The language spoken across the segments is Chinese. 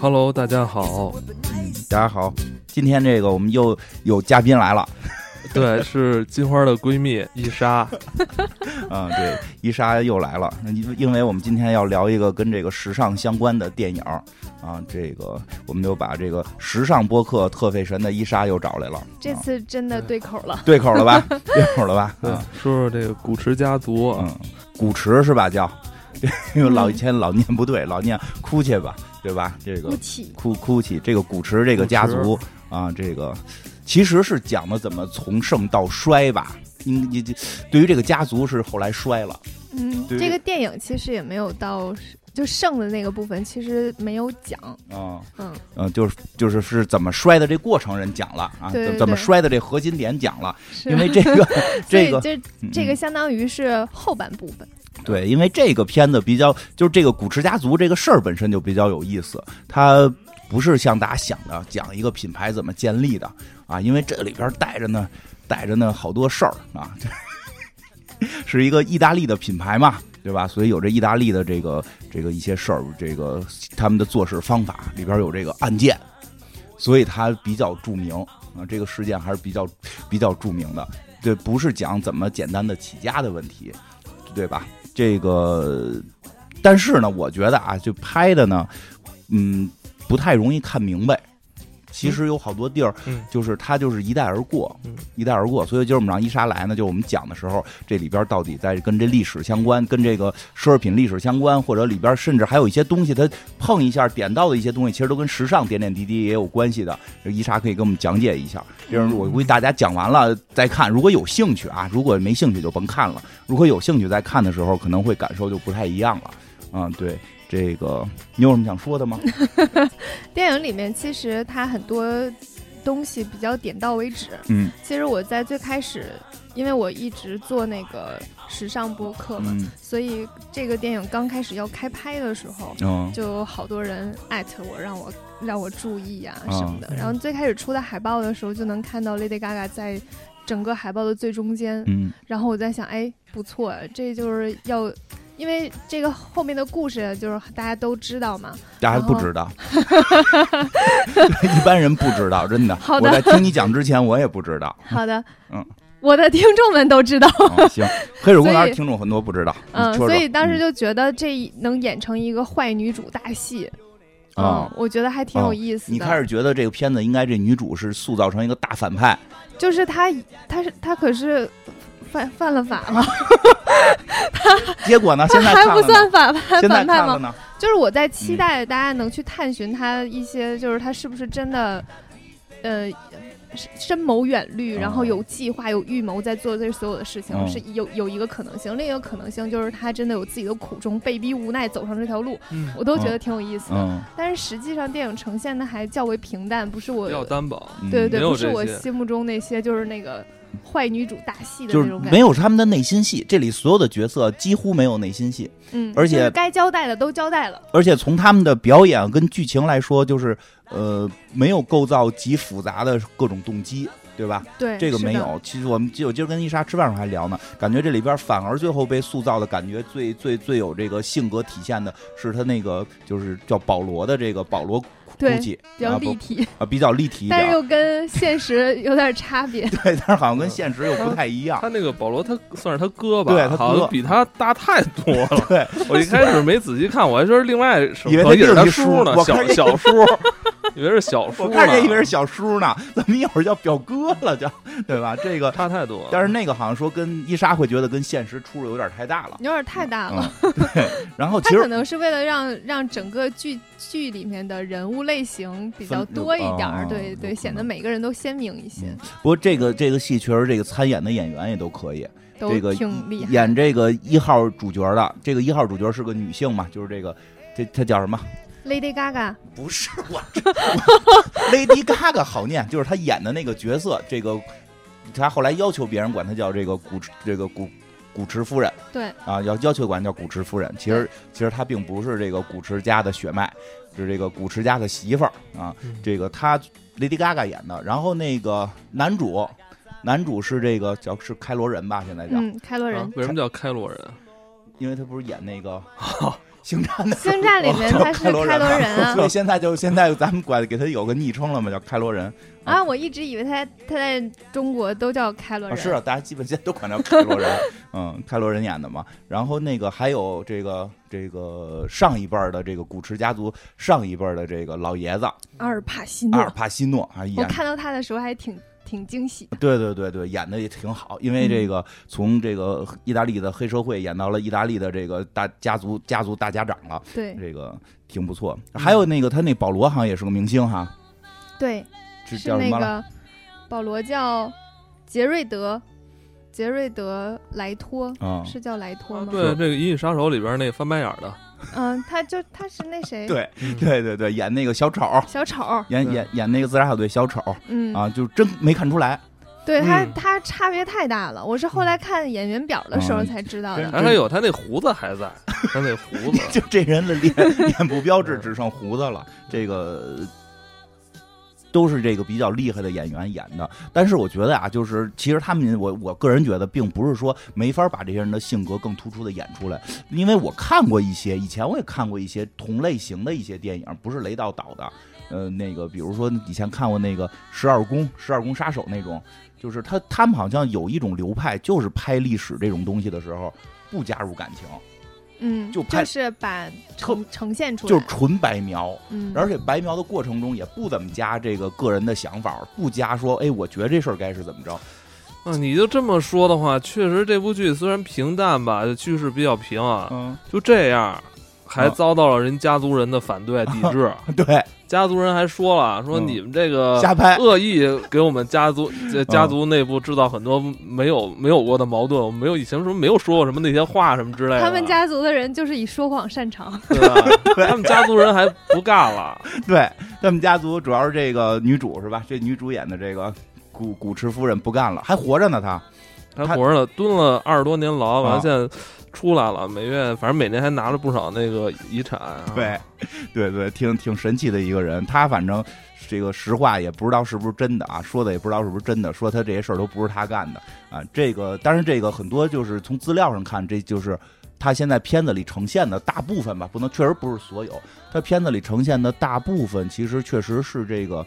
Hello，大家好。 大家好，今天这个我们又有嘉宾来了 对，是金花的闺蜜伊莎。啊、对，伊莎又来了，因因为我们今天要聊一个跟这个时尚相关的电影儿啊，这个我们就把这个时尚播客特费神的伊莎又找来了，这啊、次嗯真的对口了，对口了 吧？对口了吧？对啊，，说说这个古驰家族啊，嗯，古驰是吧？叫， 因为老以前老念不对，老念哭去吧， 对吧？这个不起。哭哭泣这个古驰这个家族啊，这个其实是讲的怎么从盛到衰吧。应你这对于这个家族是后来衰了，嗯，对这个电影其实也没有到就剩的那个部分，其实没有讲。啊，嗯嗯，就是就是是怎么摔的这过程人讲了啊，对怎对怎么对摔的这核心点讲了，是因为这个这个所以这嗯这个相当于是后半部分。对，因为这个片子比较就是这个古驰家族这个事儿本身就比较有意思，它不是像大家想的讲一个品牌怎么建立的啊，因为这里边带着呢带着呢好多事儿啊， 是一个意大利的品牌嘛。对吧？所以有这意大利的这个这个一些事儿，这个他们的做事方法里边有这个案件，所以它比较著名啊。这个事件还是比较比较著名的。对，不是讲怎么简单的起家的问题，对吧？这个，但是呢，我觉得啊，就拍的呢，嗯，不太容易看明白。其实有好多地儿，嗯就是它就是一带而过，嗯一带而过。所以今儿我们让伊莎来呢，就我们讲的时候，这里边到底在跟这历史相关，跟这个奢侈品历史相关，或者里边甚至还有一些东西，它碰一下点到的一些东西，其实都跟时尚点点滴滴也有关系的。这伊莎可以给我们讲解一下。嗯这样我估计大家讲完了再看，如果有兴趣啊，如果没兴趣就甭看了。如果有兴趣再看的时候，可能会感受就不太一样了。嗯，对，这个你有什么想说的吗？电影里面其实它很多东西比较点到为止。嗯其实我在最开始，因为我一直做那个时尚播客嘛，嗯所以这个电影刚开始要开拍的时候，嗯就有好多人艾特我，让我让我注意呀、啊什么的。然后最开始出的海报的时候，就能看到 Lady Gaga 在整个海报的最中间。嗯然后我在想，哎，不错，这就是要，因为这个后面的故事就是大家都知道嘛。大家不知 道，一般人不知道，真的。好我的在听你讲之前，我也不知 道。好的，嗯，我的听众们 都知道。嗯、行，黑水公所园以听众很多不知道，嗯，你说说所以当时就觉得这一能演成一个坏女主大戏，嗯啊嗯，我觉得还挺有哦意思的。你开始觉得这个片子应该这女主是塑造成一个大反派，就是她，她是她可是犯犯了法了，结果呢？现在 还看不了呢 算反派现在反派看吗了？呢？就是我在期待大家能去探寻他一些，就是他是不是真的，呃，深深谋远虑，哦然后有计划、有预谋在做这所有的事情，嗯是有有一个可能性。另一个可能性就是他真的有自己的苦衷，被逼无奈走上这条路，嗯，我都觉得挺有意思的。嗯，但是实际上，电影呈现的还较为平淡，不是我比较担保。嗯对对对，没有不是我这些心目中那些就是那个坏女主大戏的就那是种感没觉。有他们的内心戏，这里所有的角色几乎没有内心戏，嗯，而且就是该交代的都交代了。而且从他们的表演跟剧情来说，就是呃没有构造极复杂的各种动机，对吧？对，这个哎是没的。有。其实我们就我今儿跟伊莎吃饭时候还聊呢，感觉这里边反而最后被塑造的感觉最最最有这个性格体现的是他那个就是叫保罗的这个保罗。估对计比较啊立不体，啊比较立体一 但是点，又跟现实有点差别。对，但是好像跟现实又不太一样。他那个保罗，他算是他哥吧？对他哥好像比他大太多了。对，我一开始没仔细看，我还说是另外什以为么，他可能也是另他叔一呢，叔我小看见 小叔，以为是小叔我呢。开始也以为是小叔呢，怎么一会儿叫表哥了，叫对吧？这个，差太多了。但是那个好像说跟伊莎会觉得跟现实出入有点太大了。有点太大了。嗯，对。然后其他实可能是为了让让整个剧剧里面的人物类型比较多一点儿，分有对哦对，有显可得能每个人都鲜明一些嗯，不过这个这个戏确实这个参演的演员也都可以，都这个挺厉害。演这个一号主角的，这个一号主角是个女性嘛，就是这个这她叫什么？ Lady Gaga 不是我 ，Lady Gaga 好念，就是她演的那个角色，这个她后来要求别人管她叫这个古这个古古驰夫人。对啊，要要求管叫古驰夫人。其实其实她并不是这个古驰家的血脉，是这个古驰家的媳妇儿啊嗯。这个她 Lady Gaga 演的，然后那个男主男主是这个叫是嗯开罗人吧，现在叫，嗯，开罗人啊为什么叫开罗人？因为他不是演那个。星战的哦星战里面他是开罗人啊所以现在就现在咱们管给他有个昵称了嘛，叫开罗人。啊！我一直以为他他在中国都叫开罗啊，人，是啊，大家基本现在都管他叫开罗 人，嗯，开罗人演的嘛。然后那个还有这个这个上一辈儿的这个古驰家族上一辈儿的这个老爷子阿尔帕西阿尔诺。帕西诺啊我演，看到他的时候还挺挺惊喜的，对对对对，演的也挺好，因为这个从这个意大利的黑社会演到了意大利的这个大家族家族大家长了，对嗯这个挺不错。还有那个他那保罗好像也是个明星哈，对，这是叫什那么了？个保罗叫杰瑞德，杰瑞德莱托。嗯，是叫莱托吗？对，这个《银翼杀手》里边那翻白眼儿的，嗯，他就他是那谁，对嗯对对对，演那个小丑，小丑，演对演演那个自杀小队小丑嗯，啊，就真没看出来。对他嗯他差别太大了，我是后来看演员表的时候嗯才知道真的。哎还还有他那胡子还在，他那胡子 就这人的脸脸部标志嗯只剩胡子了，这个都是这个比较厉害的演员演的。但是我觉得啊，就是其实他们，我我个人觉得，并不是说没法把这些人的性格更突出的演出来，因为我看过一些，以前我也看过一些同类型的一些电影，不是雷导导的，呃，那个比如说以前看过那个《十二宫》《十二宫杀手》那种。就是他，他们好像有一种流派，就是拍历史这种东西的时候，不加入感情，嗯，就拍就是把呈呈现出来，就是纯白描。嗯，而且白描的过程中也不怎么加这个个人的想法，不加说，哎，我觉得这事儿该是怎么着，啊！你就这么说的话，确实这部剧虽然平淡吧，就叙事比较平啊，嗯，就这样，还啊遭到了人家族人的反对抵 制。嗯对，家族人还说了，说嗯你们这个瞎嗯拍，恶意给我们家 族这家族内部制造很多没有没有过的矛盾，我们没有以前什么没有说过什么那些话什么之类的。他们家族的人就是以说谎擅长，对 吧？他们家族人还不干了，对，他们家族主要是这个女主是吧？这女主演的这个古古驰夫人不干了，还活着呢，她还他活着呢，蹲了二十多年牢，完啊了现在出来了，每月反正每年还拿了不少那个遗产、啊。对， 对对，挺挺神奇的一个人。他反正这个实话也不知道是不是真的啊，说的也不知道是不是真的，说他这些事儿都不是他干的啊。这个当然这个很多就是从资料上看，这就是他现在片子里呈现的大部分吧，不能确实不是所有。他片子里呈现的大部分其实确实是这个。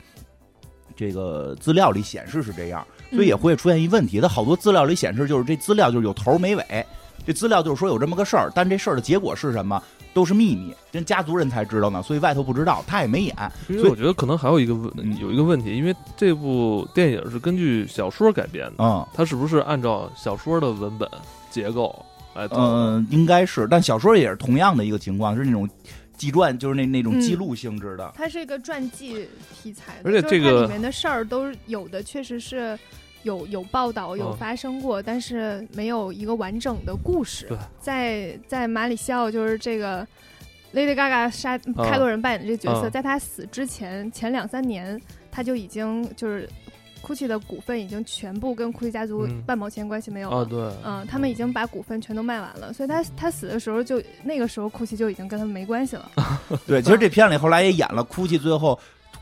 这个资料里显示是这样，所嗯以也会出现一问题。他好多资料里显示就是这资料就是有头没尾，这资料就是说有这么个事儿，但这事儿的结果是什么都是秘密，人家族人才知道呢，所以外头不知道，他也没演。因所为以我觉得可能还有一个嗯问有一个问题，因为这部电影是根据小说改编的，嗯它是不是按照小说的文本结构来做的？嗯，应该是，但小说也是同样的一个情况，是那种纪传，就是那那种嗯记录性质的。它是一个传记题材的，而且就是这它个里面的事儿都是有的，确实是有有报道有嗯发生过，但是没有一个完整的故事对。在在马里西奥就是这个 Lady Gaga 杀开罗人扮演的这角色，嗯在他死之前前两三年，他就已经就是。GUCCI 的股份已经全部跟 GUCCI 家族嗯半毛钱关系没有了啊，，对，嗯，他们已经把股份全都卖完了，所以他他死的时候就那个时候库奇就已经跟他们没关系了。对，其实这片里后来也演了，哭泣最后。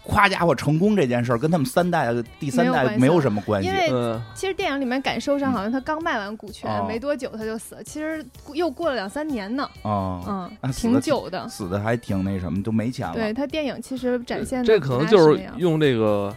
夸家伙成功这件事儿跟他们三代、第三没有代关系没有什么关系因，为嗯，其实电影里面感受上好像他刚卖完股权、哦没多久他就死，了，其实又过了两三年呢，啊，嗯，啊死挺得久的。死的还挺那什么，都没钱了 对。他电影其实展现的这不可能大就是那样用这个，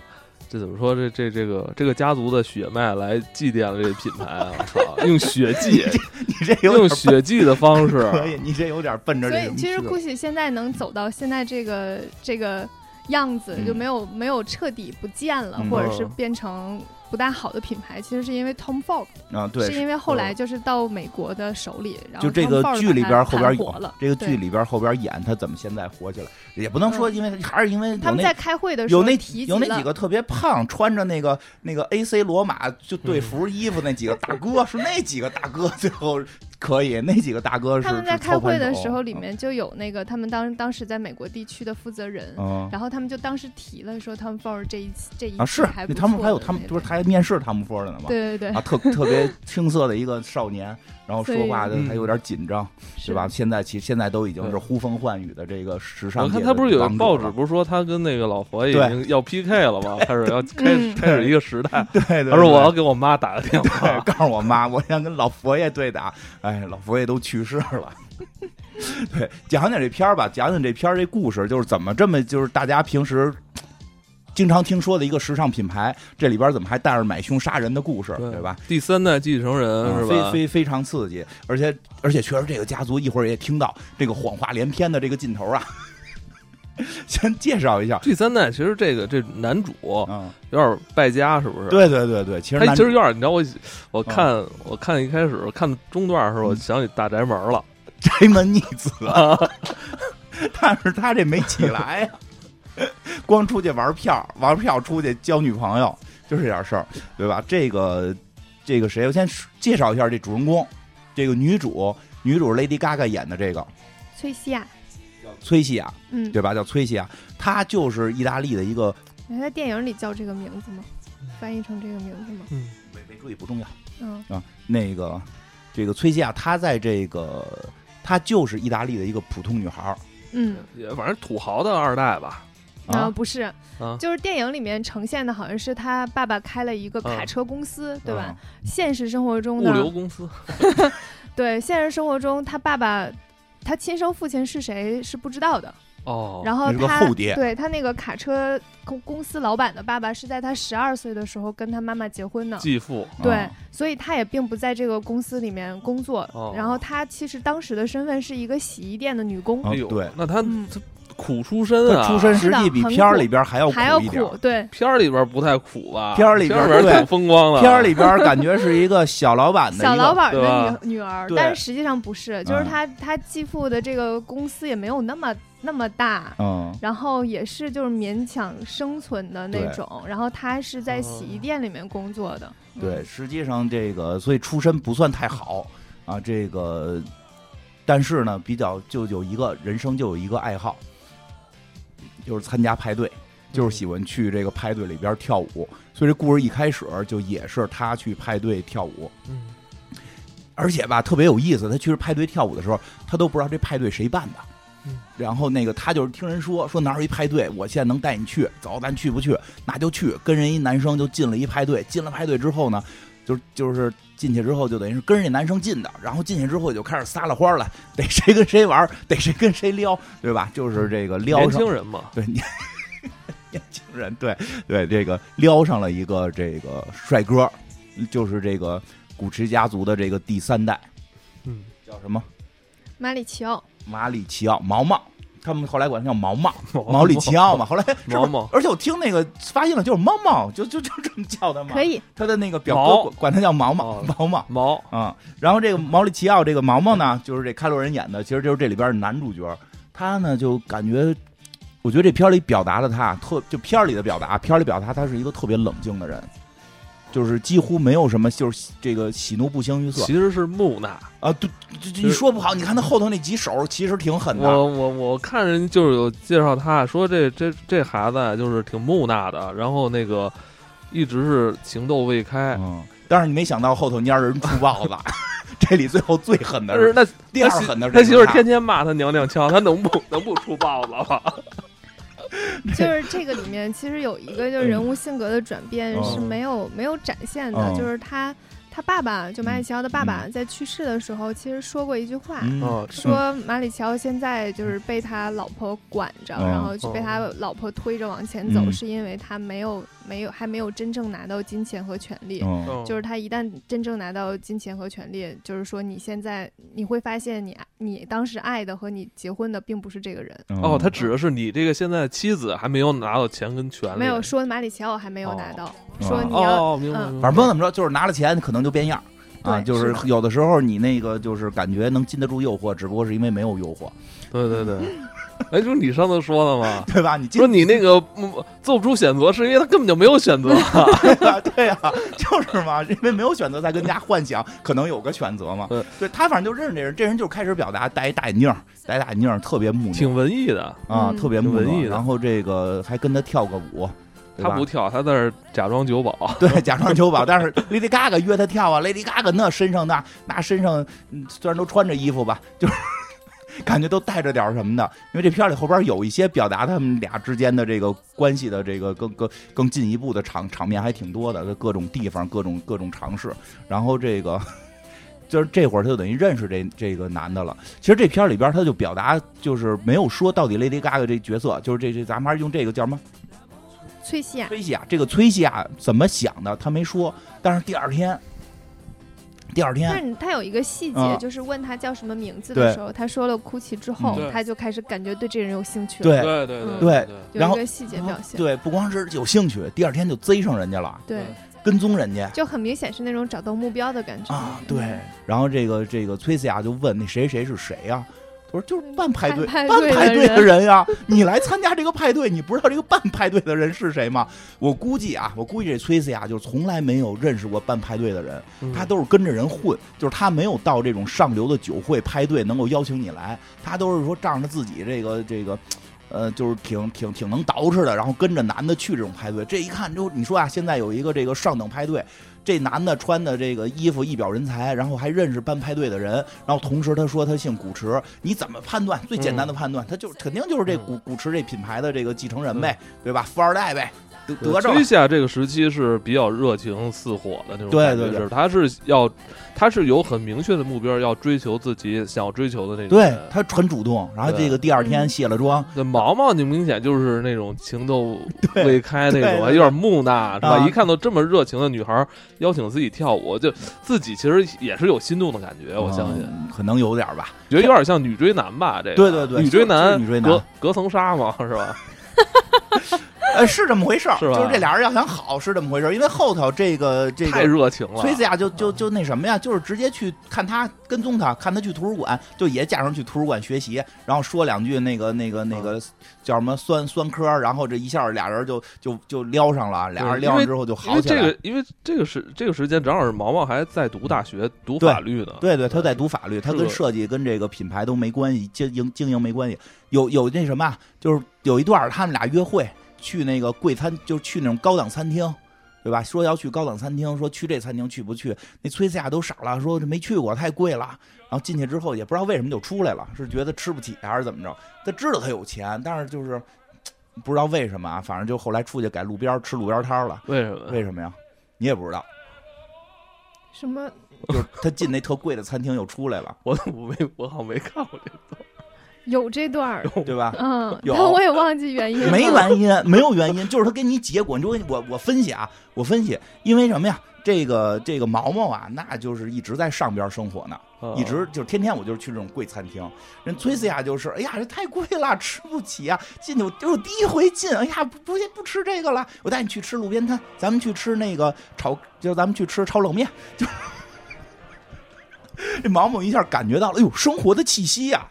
这怎么说？这这这个这个家族的血脉来祭奠了这品牌啊！我 操，用血祭，你这有用点血祭的方式，啊可以，你这有点奔着所这以种其实去了库奇现在能走到现在这个这个样子，嗯就没有没有彻底不见了，嗯或者是变成不大好的品牌，其实是因为 Tom Ford，啊，对，是因为后来就是到美国的手里，然后就这 Tom 个 Ford 剧里把边它儿后边盘活有了，这个剧对嗯里边儿后边演他怎么现在火起来，也不能说因为还是因为有他们那在开会的时候有那提及有那了几个特别胖，穿着那个那个 A C 罗马就嗯队服衣服那几个大哥，是那几个大哥最后可以，那几个大哥是他们在是开操会盘的手啊时候，里面就有那个他们当当时在美国地区的负责人，嗯然后他们就当时提了说他们 f o r 这一期这一啊期是还不他们错还有的他们那不是种他还面试他们说的呢嘛，对对对，啊特特别青涩的一个少年，然后说话的所以还有点紧张，是对吧？？现在其实现在都已经是嗯对呼风唤雨的这个时尚我界看的他不是有王者报纸，了不是说他跟那个老佛爷对已经要 PK 了 吗？开始要开嗯开始一个时代。对对对，他说我要给我妈打个电话 对，告诉我妈，我想跟老佛爷对打。哎，老佛爷都去世了。 对，讲讲这片儿吧，讲讲这片儿这故事，就是怎么这么就是大家平时经常听说的一个时尚品牌，这里边怎么还带着买凶杀人的故事，对对吧？第三代继承人嗯是非吧？非非常刺激，而且而且确实这个家族一会儿也听到这个谎话连篇的这个劲头啊。 先介绍一下，第三代其实这个这男主嗯，有点败家，是不是？对对对对，其实他男其实主有点，你知道我我看、我看一开始我看中段的时候，我嗯想起大宅门了。宅门逆子， 但是他这没起来呀、 光出去玩票，玩票出去交女朋友，就是这点事儿，对吧？这个这个谁，我先介绍一下这主人公，这个女主，女主是 Lady Gaga 演的这个崔西亚，崔西亚，嗯，对吧？叫崔西亚，她就是意大利的一个，你看他电影里叫这个名字吗？翻译成这个名字吗？嗯，没没注意不重要。嗯，啊，那个这个崔西亚，她在这个她就是意大利的一个普通女孩儿嗯，也反正土豪的二代吧。啊，啊，不是，啊就是电影里面呈现的好像是他爸爸开了一个嗯卡车公司，对吧？现实生活中物流呢，公司，对，现实生活中他爸爸，他亲生父亲是谁是不知道的。哦，然嗯那后是个他后爹对他那个卡车公公司老板的爸爸是在他十二岁的时候跟他妈妈结婚的。继父，嗯？对，所以他也并不在这个公司里面工作。哦然后他其实当时的身份是一个洗衣店的女工，啊哎呦，对那他嗯他苦出身她啊，出身实是的际比很片儿苦里边儿还要还要一点儿。苦。对，片儿里边不太苦吧？片儿里边边儿对挺风光的，啊片儿里边儿感觉是一个小老板的一个小老板对吧的女女儿，对但是实际上不是，就是嗯他他继父的这个公司也没有那么那么大。嗯，然后也是就是勉强生存的那对哦种，然后他是在洗衣店里面工作的，嗯对，实际上这个所以出身不算太好啊，这个，但是呢，比较就有一个人生就有一个爱好，就是参加派对。嗯就是喜欢去这个派对里边儿跳舞，所以这故事一开始就也是他去派对跳舞，嗯，而且吧特别有意思。他去派对跳舞的时候，他都不知道这派对谁办的嗯。然后那个他就是听人说说哪儿有一派对，我现在能带你去，走，咱去不去？那就去，跟人一男生就进了一派对。进了派对之后呢，就是就是进去之后就等于是跟人家男生进的，然后进去之后就开始撒了欢了，得谁跟谁玩，得谁跟谁撩，对吧？就是这个撩年上轻人嘛，对年年轻人，对对，这个撩上了一个这个帅哥，就是这个古驰家族的这个第三代嗯，叫什么马里奇奥，马里奇奥毛毛，他们后来管他叫毛毛 毛里奇奥嘛，后来是不毛是毛而且我听那个发现了就是毛毛，就就就这么叫他嘛，可以，他的那个表毛哥管管他叫毛毛哦毛毛。毛，啊、然后这个毛里奇奥这个毛毛呢，就是这开罗人演的，其实就是这里边的男主角。他呢就感觉，我觉得这片儿里表达的他啊特，就片儿里的表达，片儿里表达他是一个特别冷静的人，就是几乎没有什么，就是这个喜怒不形于色其实是木讷。啊。对，这这你说不好，你看他后头那几手其实挺狠的，我我我看人就是有介绍他说这这这孩子啊就是挺木讷的，然后那个一直是情窦未开。嗯，但是你没想到后头蔫儿人出豹子， 这里最后最狠的但是是那第二他媳狠的是他媳妇儿他天天骂他娘娘腔，他能不能不出豹子吗？ 就是这个里面其实有一个就是人物性格的转变嗯是没有、没有展现的，嗯就是他他爸爸就马里奇奥的爸爸在去世的时候其实说过一句话。 嗯啊，说马里奇奥现在就是被他老婆管着，嗯然后就被他老婆推着往前走，嗯是因为他没有没有还没有真正拿到金钱和权利。嗯就是他一旦真正拿到金钱和权利，就是说你现在你会发现你你当时爱的和你结婚的并不是这个人，嗯哦，他指的是你这个现在妻子还没有拿到钱跟权利，没有说马里哦奇奥还没有拿到，说你要、嗯哦，明白，明白反正不管怎么着，就是拿了钱可能就变样儿啊。对就是是的有的时候你那个就是感觉能禁得住诱惑，只不过是因为没有诱惑，对对对。嗯哎，就是你上次说的嘛， 对吧？你禁说你那个嗯做不出选择，是因为他根本就没有选择。啊，对啊， 就是嘛，因为没有选择才跟家幻想可能有个选择嘛对。对他反正就认识这人，这人就开始表达，戴一大眼镜儿，戴一大眼镜儿特别木讷挺文艺的，啊，嗯特别木挺文讷。艺的然后这个还跟他跳个舞。对他吧不跳，他在那儿假装酒保。 对，假装酒保，但是 Lady Gaga 约他跳啊，Lady Gaga 那身上那那身上，嗯虽然都穿着衣服吧，就是 感觉都带着点儿什么的。因为这片儿里后边有一些表达他们俩之间的这个关系的这个更更更进一步的场场面还挺多的，各种地方各种各种尝试。然后这个 就是这会儿他就等于认识这这个男的了。其实这片儿里边他就表达就是没有说到底 Lady Gaga 这角色，就是这这咱们还是用这个叫什么崔西亚崔西亚这个崔西亚怎么想的，他没说。但是第二天，第二但天是他有一个细节，啊就是问他叫什么名字对的时候，他说了哭泣之后嗯，对他就开始感觉对这人有兴趣了。对对对嗯对对，有然一后个细节表现，对，不光是有兴趣，第二天就贼上人家了，对，跟踪人家。就很明显是那种找到目标的感觉啊，对。然后这个这个崔西亚就问那谁谁是谁呀、他说就是办派对办办派对的派对的人人呀、你来参加这个派对，你不知道这个办派对的人是谁吗？我估计啊，我估计这崔西亚就从来没有认识过办派对的人，嗯他都是跟着人混，就是他没有到这种上流的酒会派对能够邀请你来，他都是说仗着自己这个这个。呃，就是挺挺挺能捯饬的，然后跟着男的去这种派对，这一看就你说啊，现在有一个这个上等派对，这男的穿的这个衣服一表人才，然后还认识办派对的人，然后同时他说他姓古驰，你怎么判断？最简单的判断，他就肯定就是这古古驰这品牌的这个继承人呗，对吧？富二代呗，得对得着了崔。夏这个时期是比较热情似火的那种对感觉对对是他是要，他是有很明确的目标，要追求自己想要追求的那种对人。他很主动，然后对这个第二天嗯卸了妆，那毛毛，你明显就是那种情窦未开那 对对种，还有点木讷，是吧？啊一看到这么热情的女孩儿邀请自己跳舞，就自己其实也是有心动的感觉，我相信，嗯可能有点吧。觉得有点像女追男吧？这个对对对女追就是男，就是女追男隔隔层纱嘛，是吧？呃，是这么回事儿，是吧就是这俩人要想好是这么回事儿，因为后头这个这太个热情了嗯崔，子雅就就就那什么呀，就是直接去看他跟踪他，看他去图书馆，就也假装去图书馆学习，然后说两句那个那个那个叫什么酸酸科，然后这一下俩人就就就撩上了，俩人对因撩上为之后就因好为起来这了。个，因为这个时这个时间正好是毛毛还在读大学，读对法律呢。嗯对对，他在读法律，他是跟的设计跟这个品牌都没关系，经营经营没关系。有有那什么啊，就是有一段儿他们俩约会去那个贵餐，就是去那种高档餐厅，对吧？说要去高档餐厅，说去这餐厅去不去？那崔斯亚都傻了，说这没去过，太贵了。然后进去之后也不知道为什么就出来了，是觉得吃不起啊还是怎么着？他知道他有钱，但是就是嘖不知道为什么啊，反正就后来出去改路边儿吃路边摊儿了，为什么？为什么呀？你也不知道，什么？就是他进那特贵的餐厅又出来了，我我没我好像没看过这有这段儿，对吧？嗯，有但我也忘 记原因了，没原因，没有原因，就是他给你结果。你说我我分析啊，我分析，因为什么呀？这个这个毛毛啊，那就是一直在上边生活呢，个，啊一直就是天天我就是去这种贵餐厅。人崔斯亚就是，哎呀，这太贵了，吃不起啊！进去我就是第一回进，哎呀，不不不吃这个了，我带你去吃路边摊，咱们去吃那个炒，就咱们去吃炒冷面。 就这毛毛一下感觉到了，哎呦，生活的气息呀、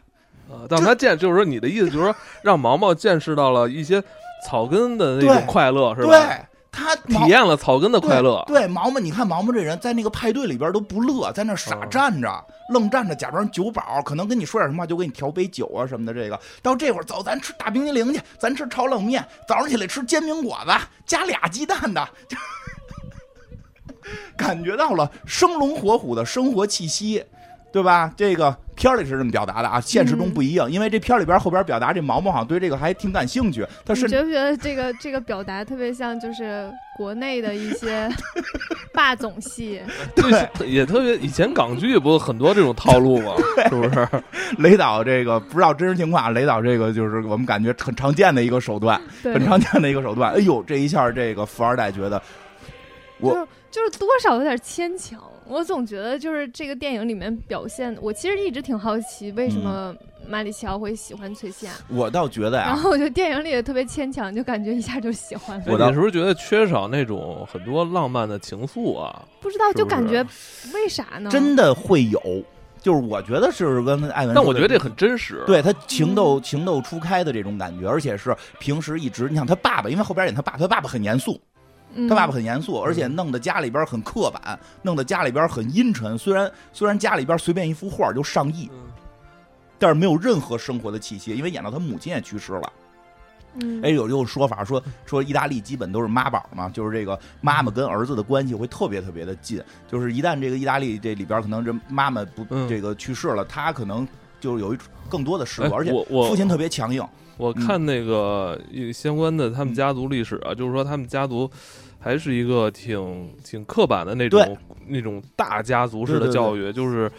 啊，让他见，就是说你的意思就是说让毛毛见识到了一些草根的那对种快乐，是吧？对他体毛验了草根的快乐。对，对毛毛，你看毛毛这人在那个派对里边都不乐，在那傻嗯站着，愣站着，假装酒保，可能跟你说点什么话，就给你调杯酒啊什么的。这个到这会儿，走，咱吃大冰激凌去，咱吃炒冷面，早上起来吃煎饼果子，加俩鸡蛋的。 就感觉到了生龙活虎的生活气息，对吧？这个片儿里是这么表达的啊，现实中不一样，因为这片儿里边后边表达这毛毛好像对这个还挺感兴趣，他你甚至觉不觉得这个这个表达特别像就是国内的一些霸总 戏？ 对，也特别以前港剧不很多这种套路吗？是不是？ 雷导这个不知道真实情况，雷导这个就是我们感觉很常见的一个手段，对，很常见的一个手段。哎呦，这一下这个富二代觉得我就是就是多少有点牵强。我总觉得就是这个电影里面表现，我其实一直挺好奇为嗯什么马里奇奥会喜欢崔西亚，我倒觉哎得呀、然后我觉得电影里也特别牵强，就感觉一下就喜欢了， 我倒你是不是觉得缺少那种很多浪漫的情愫啊？不知道是不是就感觉为啥呢？真的会有，就是我觉得是跟艾文说的，但我觉得这很真实。嗯对嗯他情窦情窦初开的这种感觉，而且是平时一直，你想他爸爸，因为后边演他爸，他爸爸很严肃，嗯，他爸爸很严肃，而且弄得家里边很刻板，弄得家里边很阴沉。虽然虽然家里边随便一幅画就上亿，嗯，但是没有任何生活的气息，因为演到他母亲也去世了。嗯，哎，有有说法说说意大利基本都是妈宝嘛，就是这个妈妈跟儿子的关系会特别特别的近，就是一旦这个意大利这里边可能这妈妈不、嗯这个去世了，他可能就是有一种更多的事哎故，而且我我父亲特别强硬，我看那个一相关的嗯他们家族历史啊，就是说他们家族还是一个挺挺刻板的那种那种大家族式的对对对教育，就是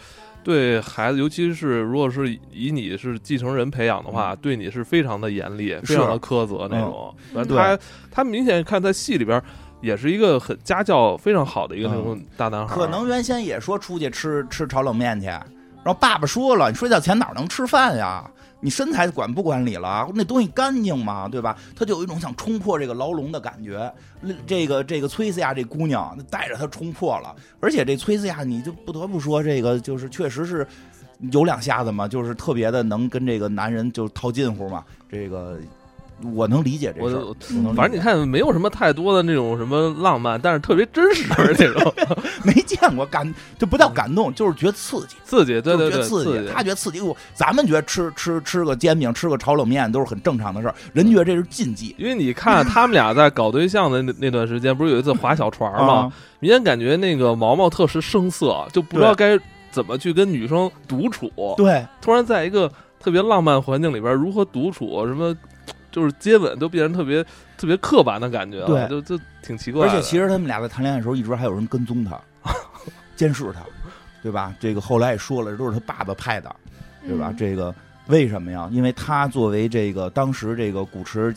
对孩子，尤其是如果是以你是继承人培养的嗯话，对你是非常的严厉、非常啊的苛责那种。反正他他明显看在戏里边也是一个很家教非常好的一个那种大男孩儿，嗯可能原先也说出去吃吃炒冷面去，然后爸爸说了，你睡觉前哪能吃饭呀？你身材管不管理了？那东西干净吗？对吧？他就有一种想冲破这个牢笼的感觉。这个这个崔斯亚这姑娘带着他冲破了，而且这崔斯亚，你就不得不说，这个就是确实是有两下子嘛，就是特别的能跟这个男人就套近乎嘛。这个我能理解这事儿，我我能理解反正你看没有什么太多的那种什么浪漫，但是特别真实那 种没见过感，就不叫感动，就是觉得刺激。刺激，对对就对，是觉得刺刺激，他觉得刺激。我咱们觉得吃吃吃个煎饼，吃个炒冷面都是很正常的事儿，人觉得这是禁忌。因为你看他们俩在搞对象的那那段时间，不是有一次划小船啊吗？明显感觉那个毛毛特是生涩，就不知道该怎么去跟女生独处。对，突然在一个特别浪漫环境里边，如何独处，什么就是接吻都变成特别特别刻板的感觉了，对就就挺奇怪而的。且其实他们俩在谈恋爱的时候，一直还有人跟踪他， 监视他，对吧？这个后来也说了，都是他爸爸派的，对吧？嗯这个为什么呀？因为他作为这个当时这个古驰，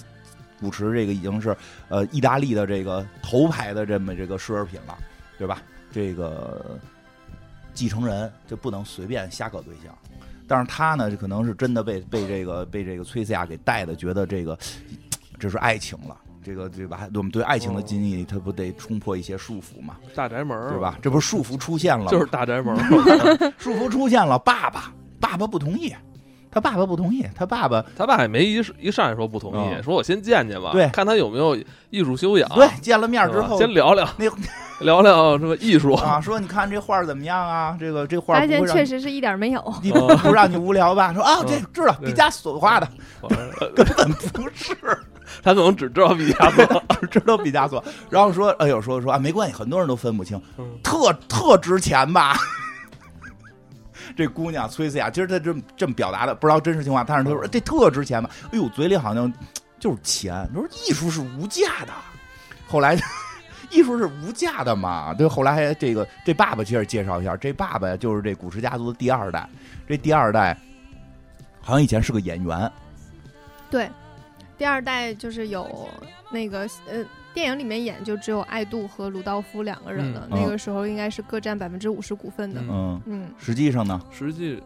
古驰这个已经是呃意大利的这个头牌的这么这个奢侈品了，对吧？这个继承人就不能随便瞎搞对象。但是他呢，可能是真的被被这个被这个崔斯亚给带的，觉得这个这是爱情了，这个对吧？我们对爱情哦的禁忌，他不得冲破一些束缚嘛，大宅门儿对？吧？这不是束缚出现了吗，哦就是大宅门儿， 束缚出现了，爸爸，爸爸不同意，他爸爸不同意，他爸爸他爸也没一一上来说不同意，嗯说我先见见吧，对看他有没有艺术修养，对见了面是之吧后，先聊聊那 聊聊什么艺 术，啊，说你看这画儿怎么样啊？这个这画儿发不现会让确你实是一点儿没有。你不让你无聊吧？说啊，嗯这知道对毕加索画的，呃不是他可能只知道毕加索。知道毕加索。然后说，哎呦，说说啊，没关系，很多人都分不清嗯，特特值钱吧。 这姑娘崔斯雅，其实她这么这么表达的，不知道真实情况，但是她说这特值钱吧。哎呦，嘴里好像就是钱。她说艺术是无价的，后来 艺术是无价的嘛。对，后来还这个这爸爸其实介绍一下，这爸爸就是这古驰家族的第二代，这第二代好像以前是个演员，对，第二代就是有那个呃，电影里面演就只有爱杜和鲁道夫两个人了，嗯那个时候应该是各占百分之五十股份的。嗯嗯，嗯，实际上呢，实际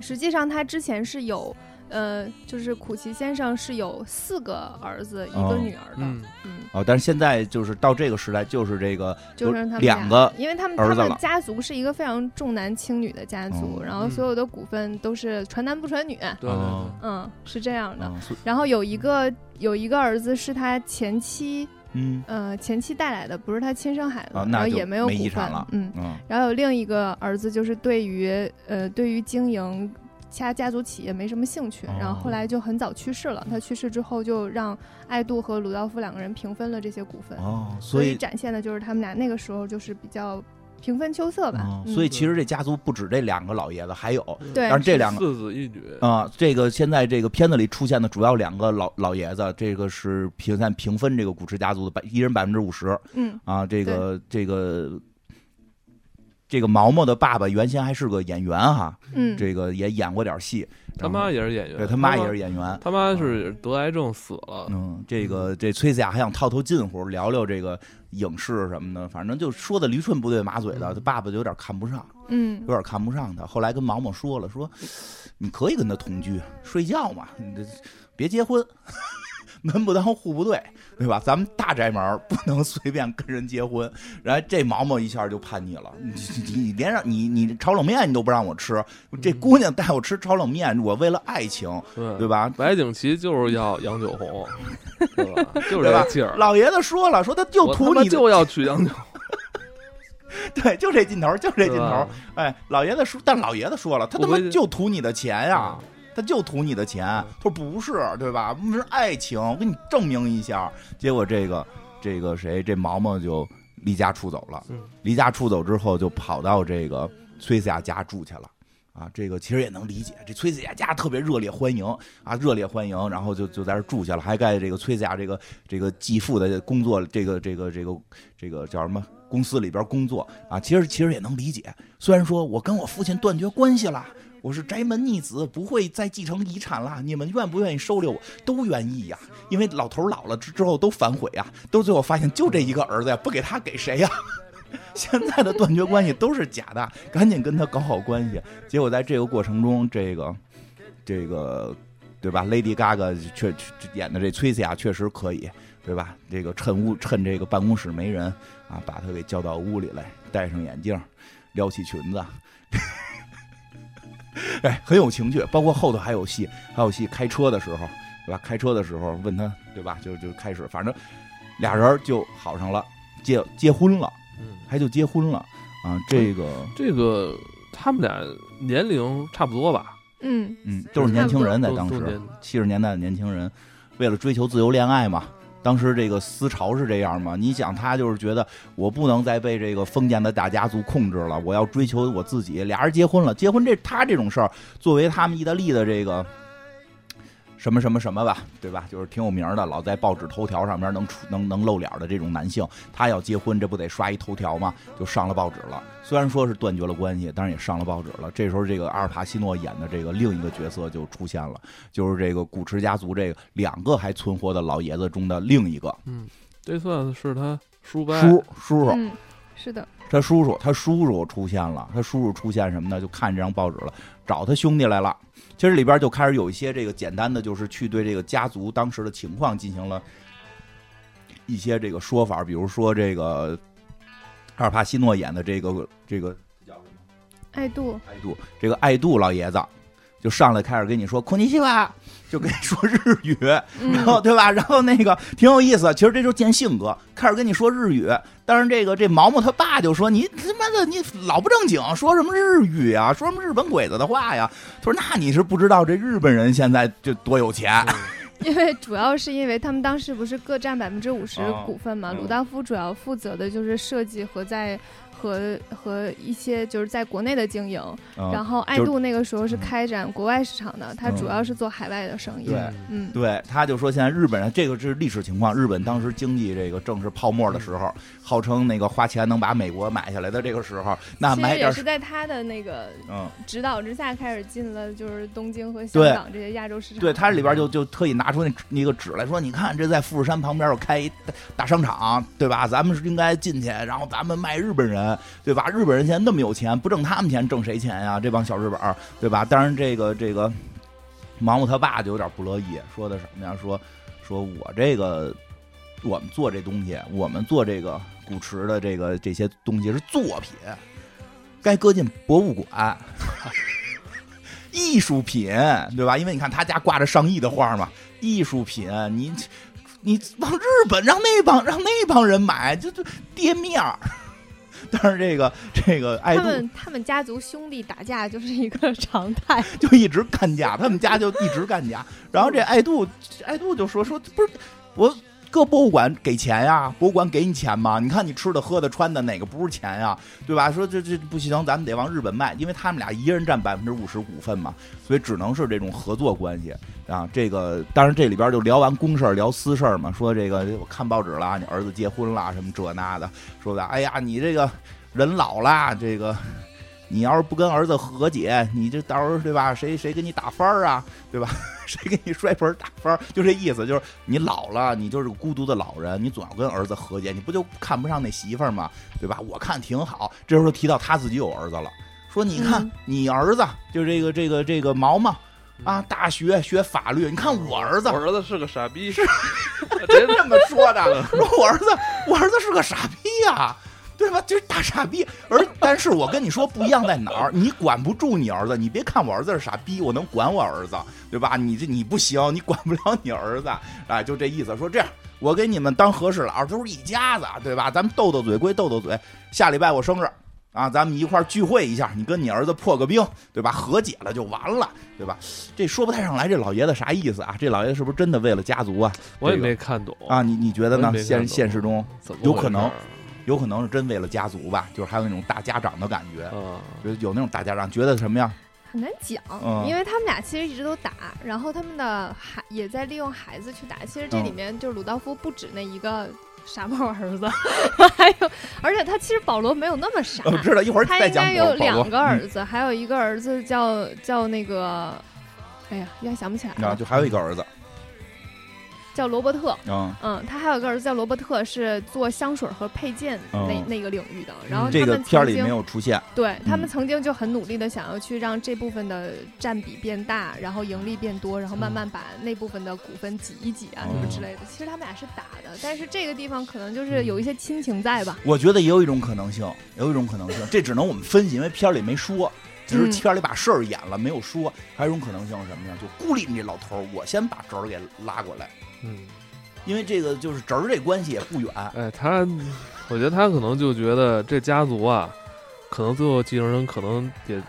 实际上他之前是有。呃，就是苦奇先生是有四个儿子，一哦个女儿的，嗯，嗯，哦，但是现在就是到这个时代，就是这个就剩他们两个因为他们儿他子了们家族是一个非常重男轻女的家族，哦然后所有的股份都是传男不传女，对对对哦。嗯，是这样的。嗯所以然后有一个有一个儿子是他前妻，嗯呃，前妻带来的，不是他亲生孩子，啊那然后就也没有没遗股产份了嗯。嗯然后有另一个儿子，就是对于呃对于经营家家族企业没什么兴趣，然后哦嗯后来就很早去世了。他去世之后，就让爱杜和鲁道夫两个人平分了这些股份，哦，所所以展现的就是他们俩那个时候就是比较平分秋色吧。哦嗯所以其实这家族不止这两个老爷子，还有对但是这两个四子一女，啊，这个现在这个片子里出现的主要两个老老爷子，这个是平散平分这个古驰家族的百一人百分之五十嗯啊，这个这个。这个毛毛的爸爸原先还是个演员哈，嗯，这个也演过点戏，他妈然也是演后员，对他妈也是演员，他妈是得癌症死了，嗯，这个这崔斯雅还想套套近乎，聊聊这个影视什么的，反正就说的驴唇不对马嘴的，嗯他爸爸就有点看不上，嗯有点看不上他。后来跟毛毛说了，说你可以跟他同居，睡觉嘛，你这别结婚， 门不当户不对，对吧？咱们大宅门儿不能随便跟人结婚。然后这毛毛一下就叛逆了，你你你连让你你炒冷面你都不让我吃，这嗯姑娘带我吃炒冷面，我为了爱情，对对。吧？白景琦就是要杨九红，对吧？就是对这吧个劲儿。老爷子说了，说他就我他图妈你的就要娶杨九红， 对，就这劲头儿，就这对劲头吧儿。哎，老爷子说，但老爷子说了，他他妈我也就图你的钱呀、嗯他就图你的钱。他说不是，对吧？我们是爱情，我给你证明一下。结果这个这个谁，这毛毛就离家出走了嗯。离家出走之后，就跑到这个崔斯雅家住去了。啊，这个其实也能理解，这崔斯雅家特别热烈欢迎啊，热烈欢迎，然后就就在这儿住下了，还盖这个崔斯雅这个这个继父的工作，这个这个这个这个叫什么公司里边工作啊，其实其实也能理解。虽然说我跟我父亲断绝关系啦，我是宅门逆子，不会再继承遗产啦，你们愿不愿意收留我？都愿意呀、因为老头老了之之后都反悔呀、都最后发现就这一个儿子呀，不给他给谁呀、 现在的断绝关系都是假的，赶紧跟他搞好关系。结果在这个过程中，这个这个对吧？Lady Gaga 确确演的这崔西亚确实可以，对吧？这个趁屋趁这个办公室没人啊，把他给叫到屋里来，戴上眼镜，撩起裙子。哎，很有情趣，包括后头还有戏，还有戏开车的时候，对吧？开车的时候问他，对吧？就就开始，反正俩人就好上了，结结婚了，嗯，还就结婚了啊！这个，这个他们俩年龄差不多吧？嗯，嗯，都是年轻人在都当都时，年七十年代的年轻人，为了追求自由恋爱嘛，当时这个思潮是这样嘛。你想，他就是觉得我不能再被这个封建的大家族控制了，我要追求我自己。俩人结婚了，结婚这他这种事儿，作为他们意大利的这个。什么什么什么吧，对吧？就是挺有名儿的，老在报纸头条上面能出能能露脸的这种男性，他要结婚，这不得刷一头条吗？就上了报纸了。虽然说是断绝了关系，但是也上了报纸了。这时候，这个阿尔帕西诺演的这个另一个角色就出现了，就是这个古驰家族这个两个还存活的老爷子中的另一个这算是他叔伯叔叔叔，嗯，是的，他叔叔他叔叔出现了，他叔叔出现什么呢？就看这张报纸了，找他兄弟来了。其实里边就开始有一些这个简单的，就是去对这个家族当时的情况进行了一些这个说法，比如说这个阿尔帕西诺演的这个这个爱杜，爱杜，这个爱杜老爷子就上来开始跟你说“孔尼西瓦”，就跟你说日语， 然嗯，后对吧？然后那个挺有意思，其实这就见性格，开始跟你说日语。但是这个这毛毛他爸就说：“你他妈的你老不正经，说什么日语啊，说什么日本鬼子的话呀？”他说：“那你是不知道这日本人现在就多有钱。 因为主要是因为他们当时不是各占百分之五十哦股份嘛，嗯鲁道夫主要负责的就是设计和在和和一些就是在国内的经营，嗯然后爱就是杜那个时候是嗯开展国外市场的，他嗯主要是做海外的生意，对嗯，对，他就说现在日本人这个是历史情况，日本当时经济这个正是泡沫的时候，号称那个花钱能把美国买下来的这个时候，那其买实也点是在他的那个嗯，指导之下开始进了就是东京和香对港这些亚洲市场。对，他这里边就就特意拿出那那个纸来说，你看这在富士山旁边有开一大大商场，对吧？咱们是应该进去，然后咱们卖日本人，对吧？日本人现在那么有钱，不挣他们钱，挣谁钱呀？这帮小日本儿，对吧？当然这个这个，盲目他爸就有点不乐意，说的什么呀？说说我这个我们做这东西，我们做这个古驰的这个这些东西是作品，该搁进博物馆。艺术品，对吧？因为你看他家挂着上亿的画嘛，艺术品，你你往日本让那帮让那帮人买，就就跌面儿。 但是这个这个爱他杜们他们家族兄弟打架就是一个常态，就一直干架，他们家就一直干架。然后这爱杜，爱杜就说说不是我各博物馆给钱呀，博物馆给你钱吗？你看你吃的、喝的、穿的哪个不是钱呀？对吧？说这这不行，咱们得往日本卖，因为他们俩一人占百分之五十股份嘛，所以只能是这种合作关系啊。这个当然这里边就聊完公事儿聊私事儿嘛，说这个我看报纸了，你儿子结婚了什么这那的，说的哎呀你这个人老啦，这个。你要是不跟儿子和解，你这到时候对吧？谁谁给你打翻儿啊，对吧？ 谁给你摔盆儿打翻儿？就这意思，就是你老了，你就是个孤独的老人，你总要跟儿子和解，你不就看不上那媳妇儿吗？对吧？我看挺好。这时候提到他自己有儿子了，说你看、嗯你儿子就这个这个这个毛毛啊，大学学法律，你看我儿子我儿子是个傻逼，是真这么说的，说我儿子，我儿子是个傻逼呀、对吧？就是大傻逼。而但是我跟你说不一样在哪儿，你管不住你儿子，你别看我儿子是傻逼，我能管我儿子，对吧？你这你不行，你管不了你儿子，哎，就这意思。说这样，我给你们当和事佬，都是一家子，对吧？咱们斗斗嘴归斗斗嘴，下礼拜我生日。啊，咱们一块儿聚会一下，你跟你儿子破个冰，对吧？和解了就完了，对吧？这说不太上来，这老爷子啥意思啊？这老爷子是不是真的为了家族啊？我也这个没看懂啊，，你你觉得哦我也呢？没现看懂现实中怎么有回可能事儿有可能是真为了家族吧，就是还有那种大家长的感觉，啊？就是有那种大家长觉得什么呀？很难讲，嗯因为他们俩其实一直都打，嗯然后他们的孩也在利用孩子去打。其实这里面就是鲁道夫不止那一个傻帽儿子， 还有，而且他其实保罗没有那么傻，我哦知道，一会儿他再应讲嗯该保有罗两个。保儿罗子，还有一个儿子叫叫那个，哎呀，一下想不起来嗯啊，了，就还有一个儿子，叫罗伯特。嗯，嗯，他还有个儿子叫罗伯特，是做香水和配件那、哦那个领域的。然后这他个们片儿曾里经没有出现，对他们嗯曾经就很努力的想要去让这部分的占比变大，然后盈利变多，然后慢慢把那部分的股份挤一挤啊，什哦么之类的。其实他们俩是打的，但是这个地方可能就是有一些亲情在吧。我觉得也有一种可能性，有一种可能性，这只能我们分析，因为片儿里没说，只是嗯片儿里把事儿演了，没有说。还有一种可能性是什么呢？就孤立你这老头儿，我先把侄儿给拉过来，嗯，因为这个就是侄儿这关系也不远。哎，他，我觉得他可能就觉得这家族啊，可能最后继承人可能得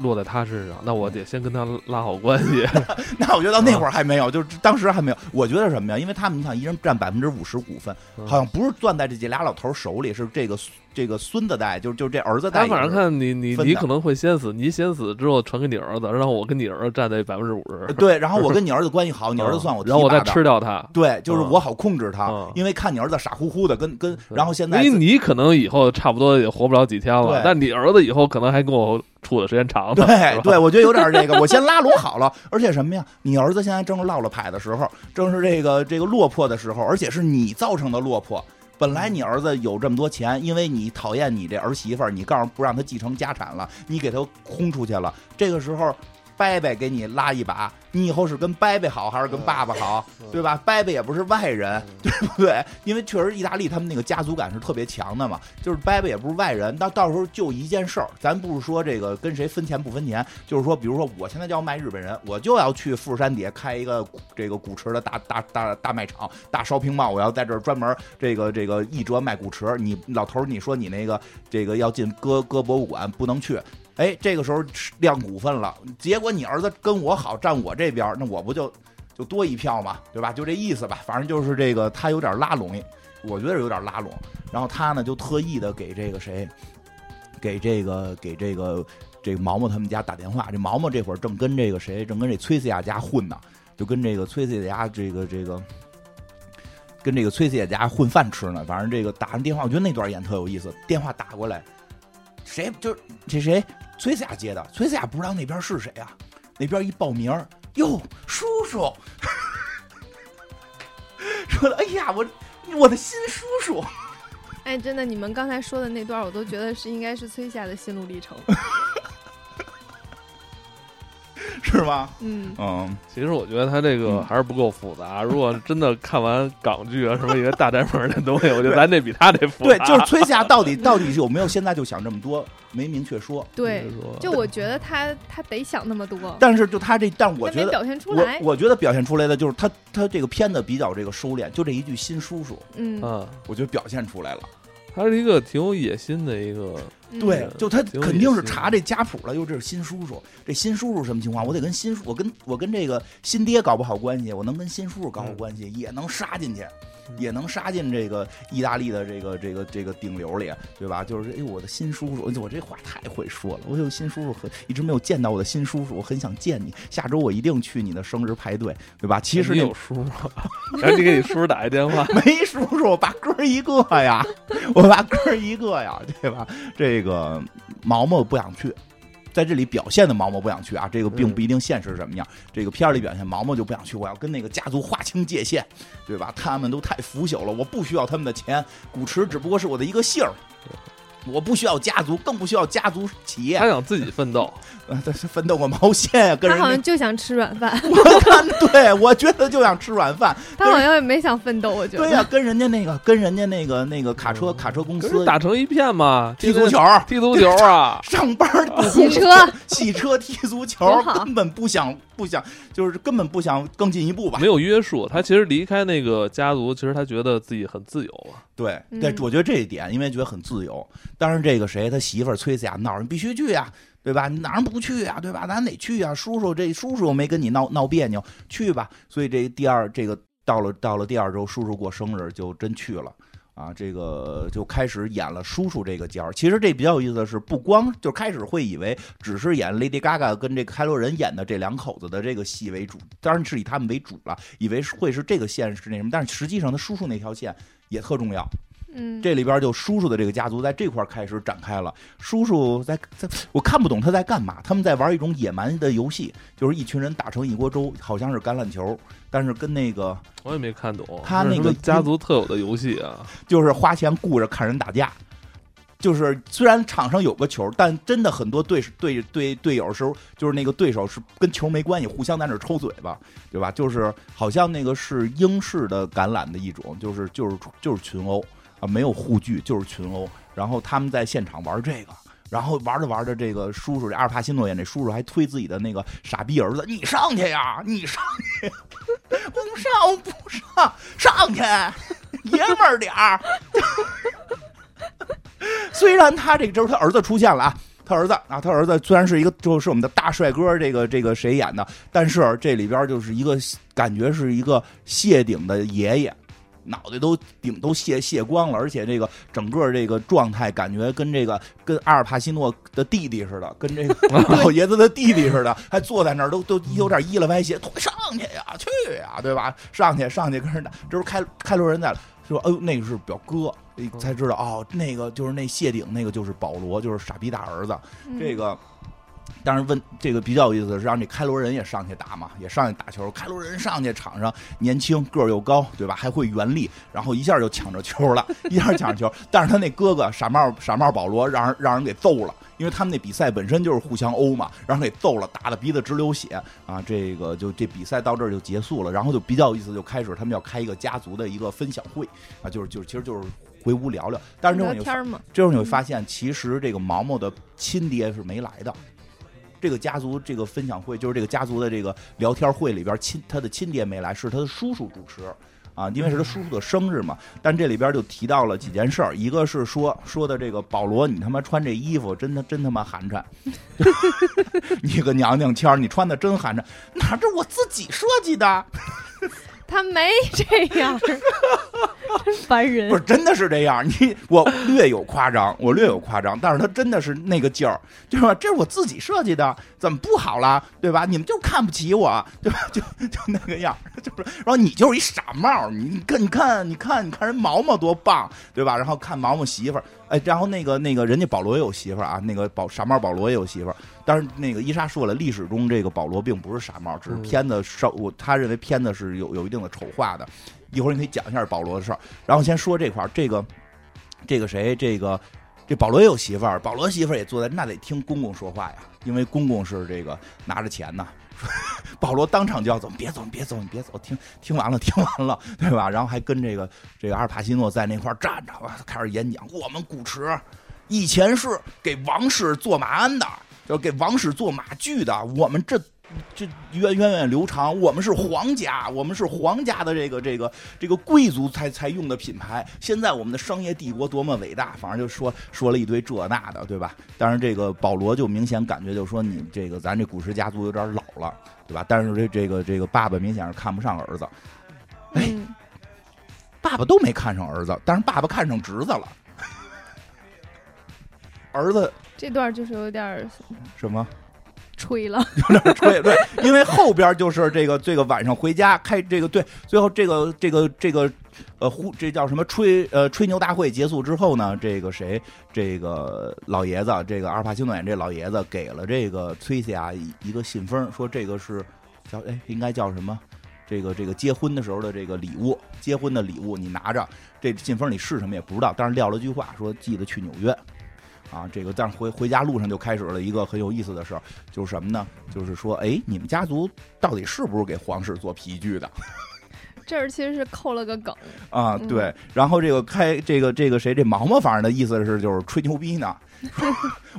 落在他身上，那我嗯得先跟他拉好关 系。嗯那我觉得到那会儿还没有，就是当时还没有。我觉得是什么呀？因为他们你想，一人占百分之五十股份，好像不是攥在这这俩老头儿手里，是这个这个孙子带，就是就是这儿子他带也是。反正看你，你分你的可能会先死，你先死之后传给你儿子，然后我跟你儿子占那百分之五十呃，对，然后我跟你儿子关 系好，你儿子嗯算我提然后我拔再的吃掉他。对，就是嗯我好控制他，嗯因为看你儿子傻乎乎的，跟跟，然后现在因为你可能以后差不多也活不了几天了对，但你儿子以后可能还跟我处的时间 长呢。是对吧对，我觉得有点这个，我先拉拢好了。而且什么呀？你儿子现在正是落了牌的时候，正是这个这个落魄的时候，而且是你造成的落魄。本来你儿子有这么多钱，因为你讨厌你这儿媳妇儿，你告诉不让她继承家产了，你给她轰出去了。这个时候，伯伯给你拉一把，你以后是跟伯伯好还是跟爸爸好，对吧？伯伯也不是外人， 对不对？因为确实意大利他们那个家族感是特别强的嘛，就是伯伯也不是外人，到到时候就一件事儿，咱不是说这个跟谁分钱不分钱，就是说，比如说我现在就要卖日本人，我就要去富士山底下开一个古这个古驰的大大大大卖场、大烧瓶帽，我要在这儿专门这个这个一折卖古驰。你老头儿，你说你那个这个要进搁搁博物馆不能去。哎，这个时候亮股份了，结果你儿子跟我好，站我这边儿，那我不就就多一票嘛，对吧？就这意思吧。反正就是这个，他有点拉拢，我觉得有点拉拢。然后他呢，就特意的给这个谁，给这个给这个这个毛毛他们家打电话。这毛毛这会儿正跟这个谁，正跟这崔斯亚家混呢，就跟这个崔斯亚这个这个。跟这个崔斯亚家混饭吃呢，反正这个打完电话，我觉得那段演特有意思。电话打过来，谁就是这谁崔斯亚接的，崔斯亚不知道那边是谁啊，那边一报名儿，哟，叔叔， 说的，哎呀，我我的新叔叔， 哎，真的，你们刚才说的那段，我都觉得是应该是崔夏的心路 历程。嗯是吗？嗯，嗯，其实我觉得他这个嗯还是不够复杂。如果真的看完港剧啊什么一些大宅门的东西，我觉得咱这比他这复对杂。，就是崔夏到底到底是有没有现在就想这么多，没明确说。对你，说就我觉得他他得想那么多，但是就他这，但我他觉没得，表现出我来。我觉得表现出来的就是他他这个片子比较这个收敛，就这一句新叔叔，嗯，嗯，我觉得表现出来了。他是一个挺有野心的一个，嗯对，就他挺有肯定意是思查这家谱了，哟，这是新叔叔，这新叔叔什么情况？我得跟新叔，我跟我跟这个新爹搞不好关系，我能跟新叔叔搞好关系，也能杀进去，嗯也能杀进这个意大利的这个这个这个顶流里，对吧？就是哎，我的新叔叔，我这话太会说了，我有新叔叔很一直没有见到我的新叔叔，我很想见你，下周我一定去你的生日派对，对吧？其实哎你那，有叔吗？然后你给你叔打一电话 没叔叔，我八哥一个呀，我八哥一个呀，对吧？这个毛毛不想去，在这里表现的毛毛不想去啊，这个并嗯不一定现实是什么样。这个片儿里表现毛毛就不想去，我要跟那个家族划清界限，对吧？他们都太腐朽了，我不需要他们的钱，古驰只不过是我的一个姓儿。我不需要家族，更不需要家族企业他，想自己奋斗。呃但是奋斗个毛线呀、跟他人好家像就想吃软 饭，我看， 对我觉得就想吃软饭，他好像也没想奋斗，我觉得。对呀、跟人家那个，跟人家那个那个卡车嗯卡车公可司是打成一片嘛，踢踢足球、，踢足球啊 上班儿、洗车、洗车、踢足球多，好根本不想不想，就是根本不想更进一步吧没？有约束。他其实离开那个家族，其实他觉得自己很自由啊。对，嗯对，我觉得这一点，因为觉得很自由。当然，这个谁他媳妇儿崔斯亚闹，你必须去呀，对吧？你哪儿不去呀，对吧？咱得去呀，叔叔这叔叔又没跟你闹闹别扭，去吧。所以这第二这个到了到了第二周，叔叔过生日就真去了。啊，这个就开始演了叔叔这个角儿。其实这比较有意思的是，不光就开始会以为只是演 Lady Gaga 跟这个开罗人演的这两口子的这个戏为主，当然是以他们为主了，以为是会是这个线是那什么，但是实际上他叔叔那条线也特重要。嗯，这里边就叔叔的这个家族在这块开始展开了。叔叔在在，我看不懂他在干嘛。他们在玩一种野蛮的游戏，就是一群人打成一锅粥，好像是橄榄球，但是跟那个我也没看懂。他那这个是什么家族特有的游戏啊，就是花钱雇着看人打架。就是虽然场上有个球，但真的很多队队队队友时候，就是那个对手是跟球没关系，互相在那儿抽嘴巴，对吧？就是好像那个是英式的橄榄的一种，就是就是就是群殴啊，没有护具，就是群殴。然后他们在现场玩这个，然后玩着玩着，这个叔叔这阿尔帕西诺演这叔叔还推自己的那个傻逼儿子：“你上去呀，你上去！ 我不上，我不上，上去，爷们儿点儿。” 虽然他这个时候他儿子出现了啊，他儿子啊，他儿子虽然是一个就是我们的大帅哥，这个这个谁演的，但是这里边就是一个感觉是一个谢顶的爷爷，脑袋都顶都卸卸光了，而且这个整个这个状态感觉跟这个跟阿尔帕西诺的弟弟似的，跟这个 老爷子的弟弟似的，还坐在那儿都都有点依了歪 斜，上去呀，去呀，对吧？上去上去跟人打，这时候开开路人在了。就说哎呦，那个是表哥，哎才知道哦，那个就是那谢顶，那个就是保罗，就是傻逼大儿子。嗯这个，但是问这个比较有意思的是，让这开罗人也上去打嘛，也上去打球。开罗人上去场上年轻，个儿又高，对吧？还会原力，然后一下就抢着球 了，一下抢着球。但是他那哥哥傻帽傻帽保罗让人让人给揍了，因为他们那比赛本身就是互相殴嘛，让人给揍了，打的鼻子直流血啊！这个就这比赛到这儿就结束了，然后就比较有意思，就开始他们要开一个家族的一个分享会啊，就是就是其实就是回屋聊聊。但是这种聊天儿嘛，这时候你会发现，其实这个毛毛的亲爹是没来的。这个家族这个分享会，就是这个家族的这个聊天会里边，亲他的亲爹没来，是他的叔叔主持啊，因为是他叔叔的生日嘛。但这里边就提到了几件事儿，一个是说说的这个保罗，你他妈穿这衣服真他真他妈寒碜， 你个娘娘腔儿，你穿的真寒碜，哪是我自己设计的？他没这样，真烦 人不是，。真的是这样。你 我略有夸张，我略有夸张，但是他真的是那个劲儿，就是吧？这是我自己设计的，怎么不好了？对吧？你们就看不起我，对吧？ 就就那个样儿，就是。然后你就是一傻帽儿，你你看你看你看你看人毛毛多棒，对吧？然后看毛毛媳妇儿，哎，然后那个那个人家保罗也有媳妇儿啊，那个保傻帽保罗也有媳妇儿。但是那个伊莎说了，历史中这个保罗并不是傻帽，只是片子稍我他认为片子是有有一定的丑化的。一会儿你可以讲一下保罗的事儿，然后先说这块儿，这个这个谁，这个这保罗也有媳妇儿，保罗媳妇儿也坐在，那得听公公说话呀，因为公公是这个拿着钱呢。保罗当场就要走，别走，你别走，你别走，听听完了， 听完了，对吧？然后还跟这个这个阿尔帕西诺在那块儿站着，哇开始演讲。我们古驰以前是给王室做马鞍的，就是给王室做马具的，我们这。这源源远流长，我们是皇家，我们是皇家的这个这个这个贵族才才用的品牌。现在我们的商业帝国多么伟大，反正就说说了一堆这那的，对吧？当然，这个保罗就明显感觉就说你这个咱这古驰家族有点老了，对吧？但是这这个这个爸爸明显是看不上儿子，哎嗯，爸爸都没看上儿子，但是爸爸看上侄子了。儿子这段就是有点儿什么？吹了。对对，因为后边就是这个这个晚上回家开这个对，最后这个这个这个呃呼这叫什么吹呃吹牛大会结束之后呢，这个谁这个老爷子这个阿尔帕西诺演这老爷子给了这个崔西亚一一个信封，说这个是叫哎应该叫什么？这个这个结婚的时候的这个礼物，结婚的礼物你拿着，这信封里是什么也不知道，但是撂了句话说记得去纽约，啊，这个但是回回家路上就开始了一个很有意思的事儿，就是什么呢？就是说，哎，你们家族到底是不是给皇室做皮具的这儿其实是扣了个梗，啊？嗯对，然后这个开这个这个谁这毛毛，反正的意思是就是吹牛逼呢，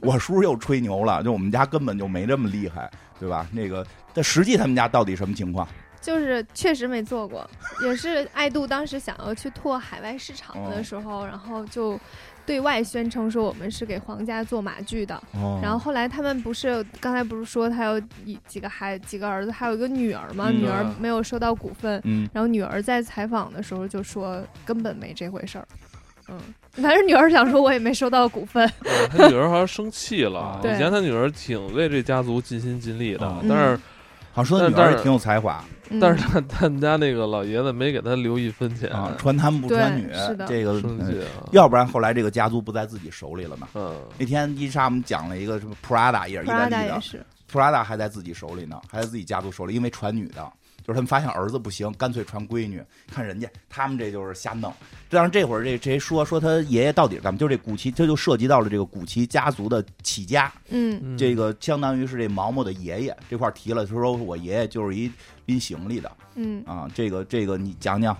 我叔叔又吹牛了，就我们家根本就没这么厉害，对吧？那个，但实际他们家到底什么情况？就是确实没做过，也是爱杜当时想要去拓海外市场的时候，然后就对外宣称说我们是给皇家做马具的。哦然后后来他们不是刚才不是说他有一几个孩几个儿子，还有一个女儿吗？嗯女儿没有收到股份，嗯，。然后女儿在采访的时候就说根本没这回事儿。嗯，反正女儿想说我也没收到股份，嗯他女儿好像生气了对以前他女儿挺为这家族尽心尽力的嗯，但是好像说但女儿但也是挺有才华，啊嗯但是他他们家那个老爷子没给他留一分钱，啊，传男不传女对是，的这个生嗯气啊！要不然后来这个家族不在自己手里了呢。嗯，那天伊莎我们讲了一个什么 Prada 也是意嗯大 Prada 利也的是， ，Prada 还在自己手里呢，还在自己家族手里，因为传女的，就是他们发现儿子不行，干脆传闺女。看人家，他们这就是瞎弄。但是这会儿这谁说说他爷爷到底是干嘛？就是这古奇，这就涉及到了这个古奇家族的起家，嗯嗯这个相当于是这毛毛的爷爷这块儿提了，他说我爷爷就是一拎行李的嗯，啊，这个这个你讲讲，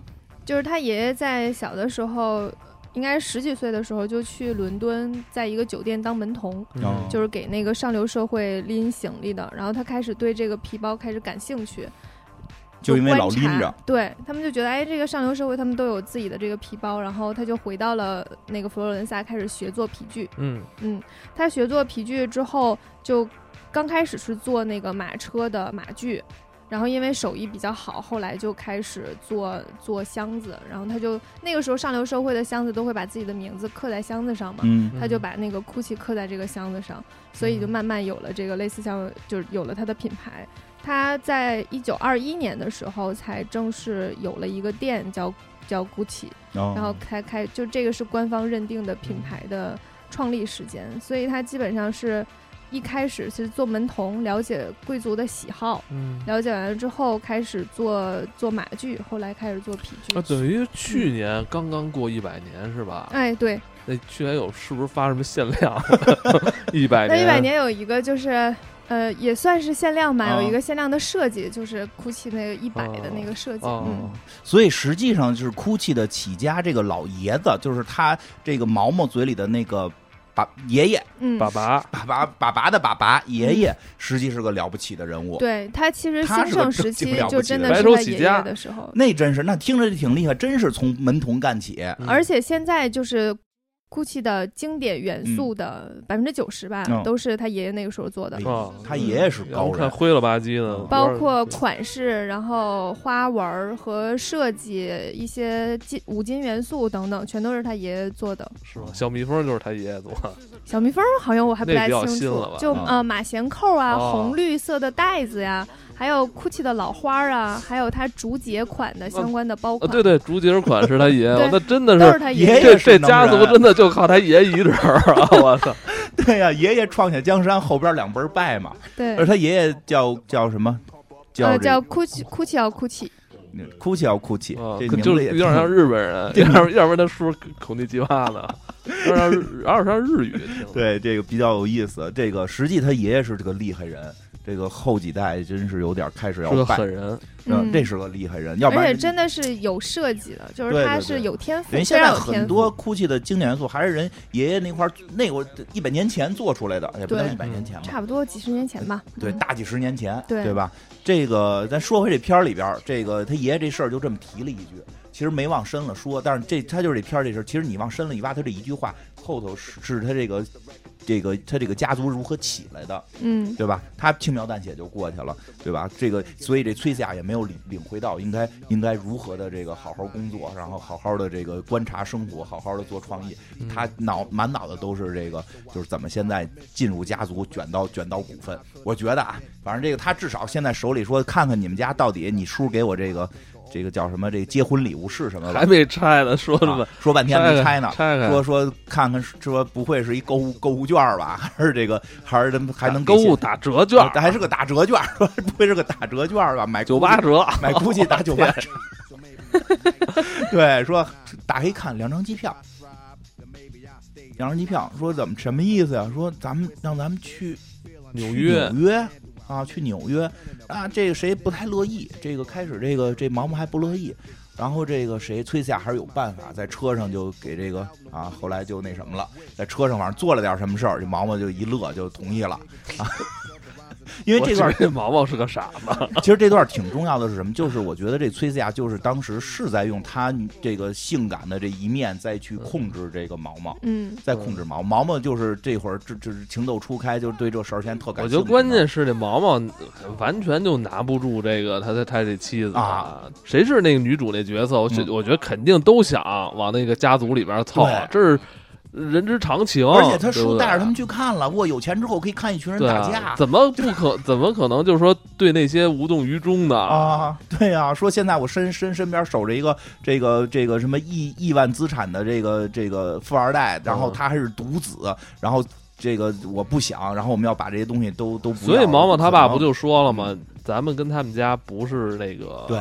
就是他爷爷在小的时候，应该十几岁的时候就去伦敦，在一个酒店当门童，嗯就是给那个上流社会拎行李的。然后他开始对这个皮包开始感兴趣，就因为观老拎察着，对他们就觉得哎，这个上流社会他们都有自己的这个皮包。然后他就回到了那个佛罗伦萨，开始学做皮具。嗯嗯，他学做皮具之后，就刚开始是做那个马车的马具，然后因为手艺比较好，后来就开始做做箱子。然后他就那个时候上流社会的箱子都会把自己的名字刻在箱子上嘛，嗯他就把那个 GUCCI 刻在这个箱子上，所以就慢慢有了这个类似像就是有了他的品牌。他在一九二一年的时候才正式有了一个店叫叫 GUCCI，然然后开开就这个是官方认定的品牌的创立时间，所以他基本上是一开始是做门童，了解贵族的喜好，嗯。了解完了之后开始做做马具，后来开始做皮啊，具。等于去年刚刚过一百年是吧？哎，对，那去年有是不是发什么限量？一百那年，一百年有一个就是。呃，也算是限量吧，啊有一个限量的设计，就是 GUCCI 那个一百的那个设计，哦嗯，所以实际上就是哭泣的起家这个老爷子，就是他这个毛毛嘴里的那个爸爷爷，嗯，爸爸， 爸爸爸爸的爸爸爷爷，实际是个了不起的人物。对他其实他兴是个盛正时经期了不就起真的的白是手他起爷家爷的时候，那真是，那听着就挺厉害，真是从门童干起。嗯而且现在就是 GUCCI 的经典元嗯素的百分之九十吧，哦嗯都是他爷爷那个时候做的，啊他爷爷是然后高看人，灰了吧唧的，嗯包不知道括款式，然后花纹儿和设计，一些金五金元素等等，全都是他爷爷做的。是吧？小蜜蜂就是他爷啊爷做的，小蜜蜂儿好像我还不那太比较清新楚了吧，就嗯呃马衔扣啊，哦红绿色的袋子呀，还有 GUCCI 的老花儿啊，还有它竹节款的相关的包啊，款，对对，竹节款是他爷爷， 对那真的都是是他爷爷。爷这是这哎能家族人真的就靠他爷爷一人儿 啊！我操，对呀、 爷爷创下江山，后边两辈儿拜嘛。对而，他爷爷叫叫什么？呃叫这叫 GUCCI GUCCI 要 GUCCI。哭泣要哭泣，啊这可名就字是也有点像日本人，这要不要不然他说口那鸡巴的，有点像日，有点像日语，听着 对，这个比较有意思。这个实际他爷爷是这个厉害人，这个后几代真是有点开始要是个拜，狠人，嗯，嗯这是个厉害人，要不而然且真的是有设计的，就对是他对对是有天赋，人非现在常有天很赋。多哭泣的经典元素还是人爷爷那块儿那会儿一百年前做出来的，也不能对一百年前吧，差不多几十年前吧。对，大几十年前，嗯对吧？这个咱说回这片儿里边儿，这个他爷爷这事儿就这么提了一句，其实没往深了说，但是这他就是这片儿这事儿，其实你往深了一挖，他这一句话后头是是他这个这个他这个家族如何起来的，嗯，对吧？他轻描淡写就过去了，对吧？这个，所以这崔斯亚也没有领领会到应该应该如何的这个好好工作，然后好好的这个观察生活，好好的做创意。嗯他脑满脑子都是这个，就是怎么现在进入家族，卷到卷到股份。我觉得啊，反正这个他至少现在手里说，看看你们家到底你叔给我这个这个叫什么这个结婚礼物是什么吧 还。没拆呢，说什么啊？说半天没拆呢，拆开说说看看，说不会是一购物购物券儿吧？ 还是这个还是还能给购钱物打折券，还是个打折券儿， 说不会是个打折券儿吧？买九八 GUCCI 折，买 GUCCI 打九八折。 对，说打开一看，两张机票，两张机票，说怎么什么意思呀？说咱们让咱们去纽去约纽约啊，去纽约啊，这个谁不太乐意？这个开始这个这毛毛还不乐意，然后这个谁崔斯亚还是有办法，在车上就给这个啊，后来就那什么了，在车上反正做了点什么事儿，这毛毛就一乐就同意了 啊。因为这段我觉得毛毛是个傻子， 其实这段挺重要的是什么？就是我觉得这崔斯亚就是当时是在用她这个性感的这一面再去控制这个毛毛，嗯，再控制毛毛毛就是这会儿这这是情窦初开，就是对这事儿现在特感我兴觉趣。得关键是这毛毛完全就拿不住这个他他他这妻子啊，谁是那个女主那角色？我觉嗯我觉得肯定都想往那个家族里边凑对，这是人之常情。而且他对不叔对带着他们去看了，我有钱之后可以看一群人对打啊架。怎么不可？怎么可能就是说对那些无动于衷呢？啊，对啊，说现在我身身身边守着一个这个这个什么亿亿万资产的这个这个富二代，然后嗯他还是独子，然后这个我不想，然后我们要把这些东西都都不所要以了。毛毛他可爸能不就说了吗？咱们跟他们家不是那个对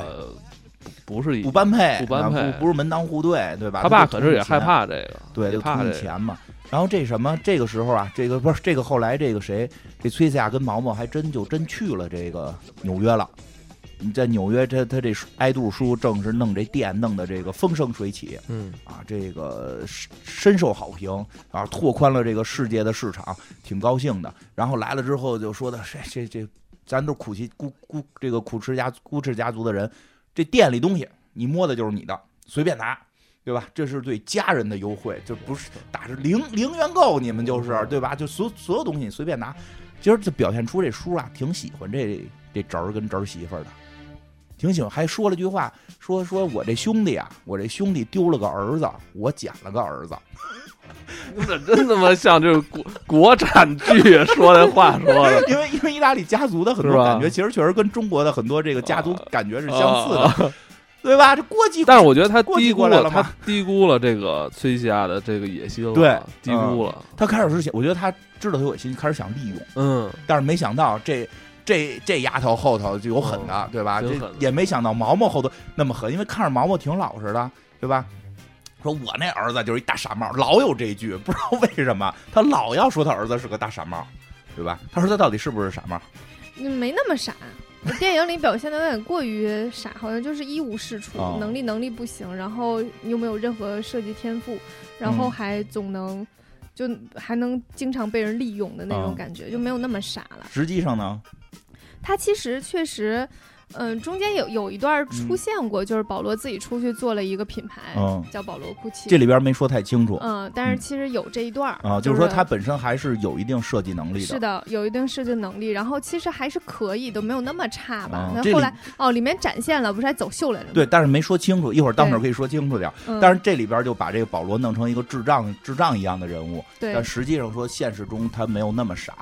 不不是一不般配，不般啊配不不是门当户对，对吧？他爸就可图是也你害钱，怕这个，对，也就怕图这你个。钱嘛。然后这什么，这个时候啊，这个不是这个后来这个谁，这崔斯亚跟毛毛还真就真去了这个纽约了。你在纽约，他他这爱杜叔正是弄这店弄的这个风生水起， 嗯，啊，这个深深受好评啊，拓宽了这个世界的市场，挺高兴的。然后来了之后就说的，这这这，咱都苦其孤孤这个苦吃家孤吃家族的人，这店里东西你摸的就是你的，随便拿。对吧？这是对家人的优惠，这不是打着零零元购，你们就是对吧？就所所有东西你随便拿，今儿就表现出这叔啊，挺喜欢这这侄儿跟侄儿媳妇儿的，挺喜欢，还说了句话，说说我这兄弟啊，我这兄弟丢了个儿子，我捡了个儿子。这真他妈像这国国产剧说的话说的。 因为因为意大利家族的很是多吧感觉，其实确实跟中国的很多这个家族感觉是相似的，的， 对吧？这锅 鸡，啊但是我觉得他过继低估过来了，了他吗低估了这个崔西亚的这个野心了，对低估了，他开始是想，我觉得他知道他有野心，开始想利用，嗯，但是没想到这。这这丫头后头就有狠的，对吧？嗯挺这狠的也没想到毛毛后头那么狠，因为看着毛毛挺老实的，对吧？说我那儿子就是一大傻帽，老有这句，不知道为什么他老要说他儿子是个大傻帽，对吧？他说他到底是不是傻帽？嗯没那么傻。电影里表现的有点过于傻，好像就是一无是处，哦能力能力不行，然后又没有任何设计天赋，然后嗯还总能、就还能经常被人利用的那种哦感觉，就没有那么傻了。实际上呢，他其实确实，嗯、中间有有一段出现过，就是保罗自己出去做了一个品牌，嗯，叫保罗库奇。这里边没说太清楚，嗯、但是其实有这一段儿啊，就是是说他本身还是有一定设计能力是的。的，有一定设计能力，然后其实还是可以的，没有那么差吧啊。那这后里来哦，里面展现了，不是还走秀来了吗？对，但是没说清楚，一会儿到那儿对可以说清楚点儿。嗯，但是这里边就把这个保罗弄成一个智障、智障一样的人物，对但，实际上说现实中他没有那么傻。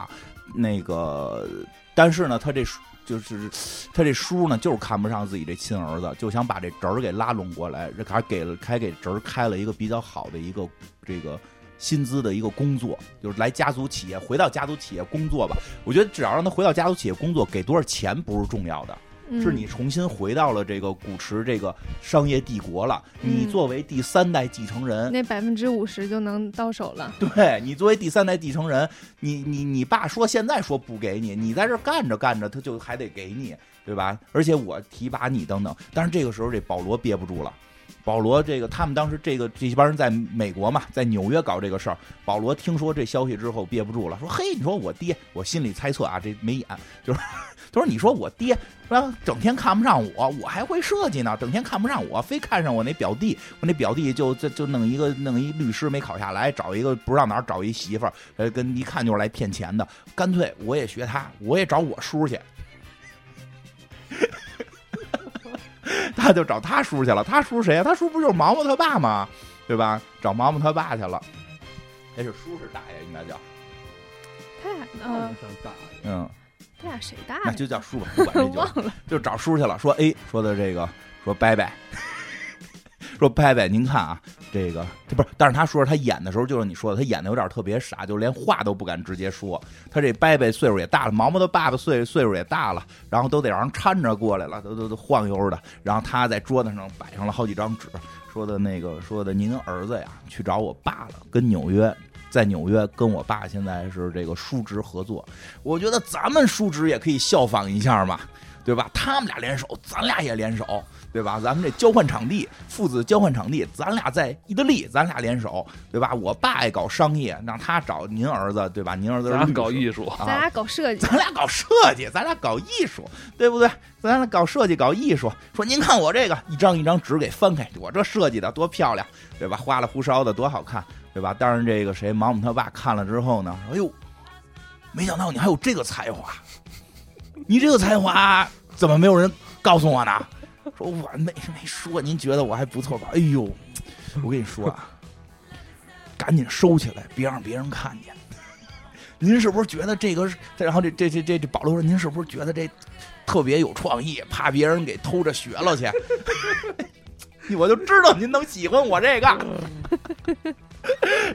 那个，但是呢，他这叔就是他这叔呢，就是看不上自己这亲儿子，就想把这侄儿给拉拢过来，这还给了还给侄儿开了一个比较好的一个这个薪资的一个工作，就是来家族企业回到家族企业工作吧。我觉得只要让他回到家族企业工作，给多少钱不是重要的，嗯是你重新回到了这个古驰这个商业帝国了。你嗯作为第三代继承人，那百分之五十就能到手了。 对你作为第三代继承人，你你你爸说现在说不给你，你在这儿干着干着，他就还得给你，对吧？而且我提拔你等等。但是这个时候，这保罗憋不住了。保罗，这个他们当时这个这帮人在美国嘛，在纽约搞这个事儿。保罗听说这消息之后憋不住了，说：“嘿，你说我爹，我心里猜测啊，这没演，就是他说你说我爹啊，整天看不上我，我还会设计呢，整天看不上我，非看上我那表弟，我那表弟就就就弄一个弄一律师没考下来，找一个不知道哪儿找一媳妇儿，呃，跟一看就是来骗钱的，干脆我也学他，我也找我叔去。 他就找他叔去了，他叔谁啊呀、他叔不就是毛毛他爸吗？对吧？找毛毛他爸去了。哎，是叔是大爷，应该叫，他俩那呃，算大爷。嗯，他俩谁大那呀？就叫叔吧，不管这 就忘了。就找叔去了，说哎，说的这个，说拜拜， 说拜拜，您看啊，这个这不是，但是他说他演的时候，就是你说的，他演的有点特别傻，就连话都不敢直接说。他这拜拜岁数也大了，毛毛的爸爸岁岁数也大了，然后都得让人搀着过来了，都都都晃悠的。然后他在桌子上摆上了好几张纸，说的那个说的您儿子呀去找我爸了，跟纽约。在纽约跟我爸现在是这个叔侄合作，我觉得咱们叔侄也可以效仿一下嘛。对吧？他们俩联手，咱俩也联手，对吧？咱们这交换场地，父子交换场地，咱俩在意大利，咱俩联手，对吧？我爸爱搞商业，让他找您儿子，对吧？您儿子是咱律搞师艺术，啊，咱俩搞设计，咱俩搞设计，咱俩搞艺术，对不对？咱俩搞设计，搞艺术。说您看我这个，一张一张纸给翻开，我这设计的多漂亮，对吧？花里胡哨的多好看，对吧？当然，这个谁毛姆他爸看了之后呢，哎呦，没想到你还有这个才华，你这个才华怎么没有人告诉我呢？说我没没说，您觉得我还不错吧？哎呦，我跟你说啊，改赶紧收起来，别让别人看见。您是不是觉得这个是？然后这这这这这保罗说：“您是不是觉得这特别有创意？怕别人给偷着学了去？”我就知道您能喜欢我这个。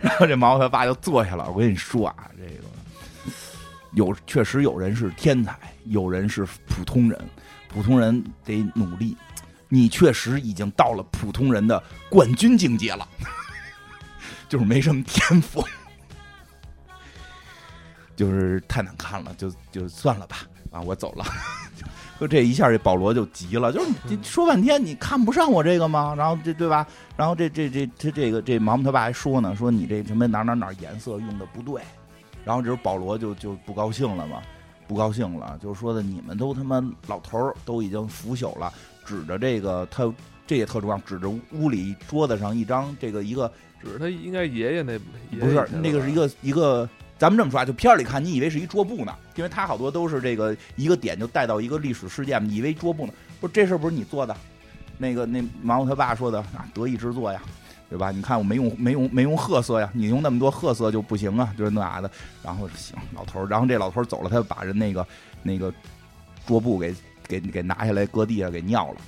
然后这毛他爸就坐下了。我跟你说啊，这个有确实有人是天才，有人是普通人，普通人得努力。你确实已经到了普通人的冠军境界了，就是没什么天赋。就是太难看了，就就算了吧，啊，我走了。 就这一下，这保罗就急了，就是你说半天你看不上我这个吗？然后这对吧？然后这这这这这个这毛姆他爸还说呢，说你这什么哪哪哪颜色用的不对，然后这保罗就就不高兴了嘛，不高兴了，就是说的你们都他妈老头儿都已经腐朽了，指着这个他这也特重要，指着屋里桌子上一张这个一个只是他应该爷爷那不是那个是一个一个。咱们这么说啊，就片儿里看，你以为是一桌布呢，因为他好多都是这个一个点就带到一个历史事件，你以为桌布呢？不是这事儿不是你做的，那个那马虎他爸说的啊，得意之作呀，对吧？你看我没用没用没用褐色呀，你用那么多褐色就不行啊，就是那啥的。然后行，老头儿，然后这老头儿走了，他就把人那个那个桌布给给给拿下来，搁地下给尿了。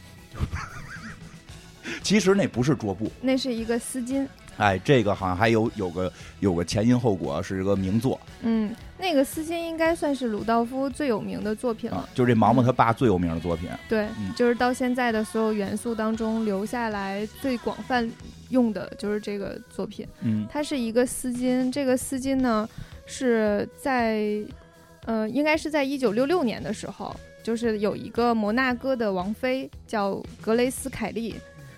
其实那不是桌布，那是一个丝巾。哎，这个好像还有有个有个前因后果，是一个名作。嗯，那个丝巾应该算是鲁道夫最有名的作品了，啊、就是这毛毛他爸最有名的作品。对，嗯就是到现在的所有元素当中留下来最广泛用的就是这个作品。嗯，它是一个丝巾，这个丝巾呢是在呃，应该是在一九六六年的时候，就是有一个摩纳哥的王妃叫格雷斯凯利。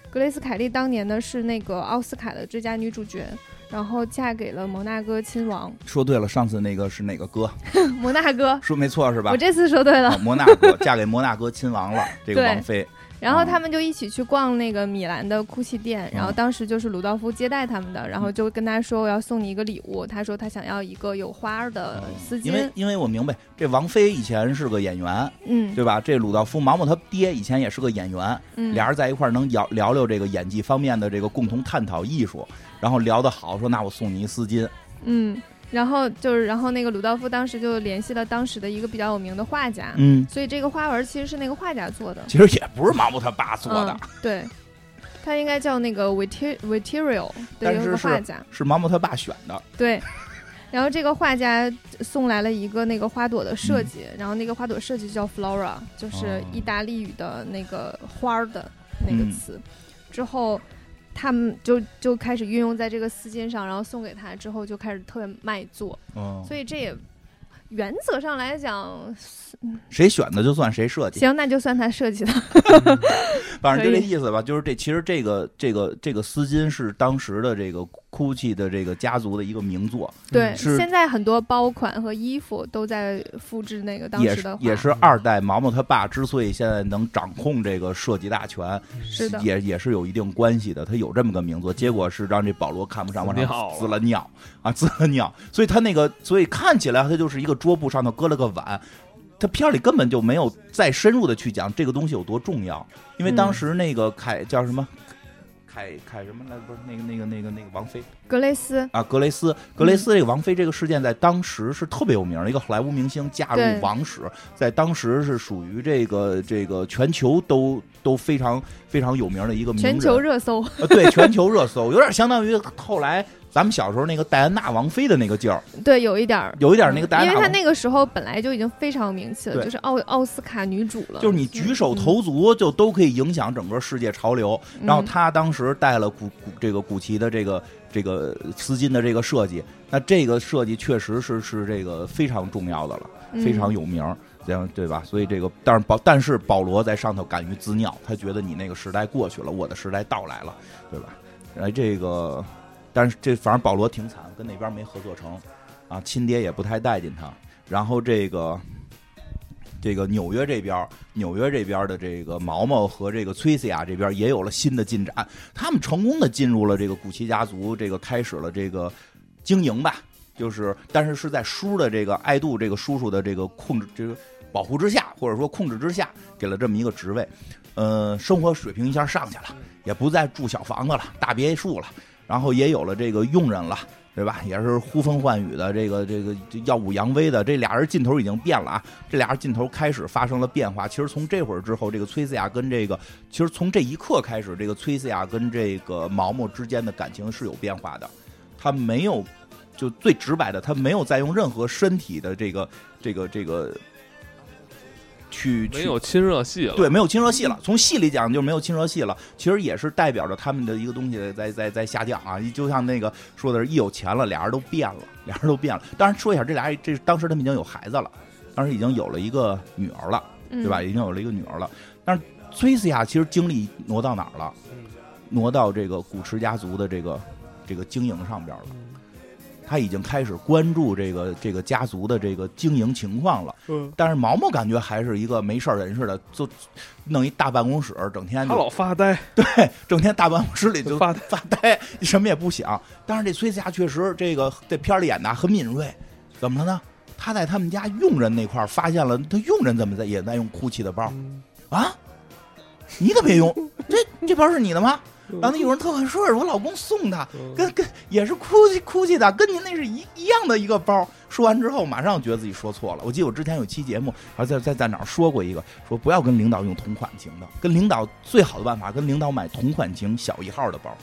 格雷斯凯利当年呢是那个奥斯卡的最佳女主角，然后嫁给了摩纳哥亲王 说对了，上次那个是哪个哥？摩纳哥。说没错是吧我？这次说对了。啊摩纳哥嫁给摩纳哥亲王了，这个对王妃。然后哦他们就一起去逛那个米兰的哭泣店，然后当时就是鲁道夫接待他们的，嗯然后就跟他说我要送你一个礼物，他说他想要一个有花儿的丝哦因为巾，因为我明白，这王菲以前是个演员，嗯对吧？这鲁道夫毛毛他爹以前也是个演员，嗯，俩人在一块儿能聊聊聊这个演技方面的这个共同探讨艺术，然后聊得好，说那我送你一丝巾，嗯，然后就是然后那个鲁道夫当时就联系了当时的一个比较有名的画家，嗯，所以这个花纹其实是那个画家做的，其实也不是毛毛他爸做的，嗯、对，他应该叫那个 Viter Viterio，但对，有是一个是画家，是毛毛他爸选的，对。然后这个画家送来了一个那个花朵的设计，然后那个花朵设计叫 flora，就是嗯哦意大利语的那个花儿的那个嗯词。之后，他们就就开始运用在这个丝巾上，然后送给他之后就开始特别卖座，嗯，所以这也原则上来讲，谁选的就算谁设计，行，那就算他设计的。嗯反正就这可以意思吧。就是这其实这个这个这个丝巾是当时的这个 GUCCI 的这个家族的一个名作，对，是现在很多包款和衣服都在复制那个当也时是的嗯也画是二代毛毛他爸之所以现在能掌控这个设计大权，是的，嗯也也是有一定关系的。他有这么个名作，结果是让这保罗看不上，往上滋死了尿啊， 滋了尿。所以他那个，所以看起来他就是一个桌布上头搁了个碗。他片儿里根本就没有再深入的去讲这个东西有多重要，因为嗯当时那个凯叫什么？凯凯什么来着？不是那个那个那个那个王菲格蕾斯，啊，格雷斯，格雷嗯斯这个王菲这个事件在当时是特别有名儿，一个好莱坞明星嫁入对王室，在当时是属于这个这个全球都都非常非常有名儿的一个名人，全球热搜， 呃对全球热搜，有点相当于后来咱们小时候那个戴安娜王妃的那个劲儿，对，有一点儿，有一点那个戴安因娜为她王。那个时候本来就已经非常有名气了，对就是奥奥斯卡女主了，嗯就是你举手投足就都可以影响整个世界潮流，然后嗯她当时带了古古这个古奇的这个这个丝巾的这个设计，那这个设计确实是是这个非常重要的了。非常有，有名儿，这样对吧？所以这个，但是保，但是保罗在上头敢于滋尿，他觉得你那个时代过去了，我的时代到来了，对吧？哎，这个，但是这反正保罗挺惨，跟那边没合作成，啊，亲爹也不太待见他。然后这个，这个纽约这边儿，纽约这边儿的这个毛毛和这个崔西亚这边儿也有了新的进展，他们成功的进入了这个古奇家族，这个开始了这个经营吧，就是但是是在叔的这个爱杜这个叔叔的这个控制这个保护之下，或者说控制之下，给了这么一个职位，呃，生活水平一下上去了，也不再住小房子了，大别墅了。然后也有了这个佣人了。对吧？也是呼风唤雨的，这个这个这耀武扬威的，这俩人劲头已经变了啊！这俩人劲头开始发生了变化。其实从这会儿之后，这个崔斯亚跟这个，其实从这一刻开始，这个崔斯亚跟这个毛毛之间的感情是有变化的。他没有，就最直白的，他没有再用任何身体的这个这个这个去没有亲热戏了，对，没有亲热戏了。从戏里讲就没有亲热戏了，其实也是代表着他们的一个东西在在在下降啊。就像那个说的是，一有钱了，俩人都变了， 俩人都变了。当然说一下，这俩这当时他们已经有孩子了，当时已经有了一个女儿了，嗯对吧？？已经有了一个女儿了。但是崔斯亚其实精力挪到哪儿了？挪到这个古驰家族的这个这个经营上边了。嗯他已经开始关注这个这个家族的这个经营情况了。嗯，但是毛毛感觉还是一个没事儿人似的，就弄一大办公室，整天他就老发呆，整天大办公室里哎就发呆发呆，什么也不想。但是这崔斯亚确实这个这片儿里演的很敏锐，怎么了呢？他在他们家佣人那块儿发现了，他佣人怎么在也在用哭泣的包啊？你怎么也用？这这包是你的吗？嗯然后那佣人特很顺，我老公送的，跟跟也是哭泣哭泣的，跟您那是一一样的一个包。说完之后，马上觉得自己说错了。我记得我之前有期节目，还在在在哪儿说过一个，说不要跟领导用同款型的，跟领导最好的办法，跟领导买同款型小一号的包。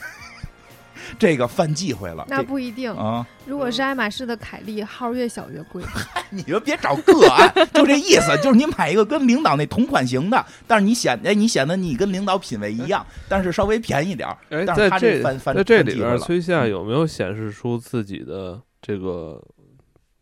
这个犯忌讳了，那不一定这，啊、如果是爱马仕的凯莉，号越小越贵。你就别找个案，就这意思，就是你买一个跟领导那同款型的，但是你显哎你显得你跟领导品味一样，但是稍微便宜点儿。哎，但是在他这翻翻在这里边翻儿，机会了崔夏有没有显示出自己的这个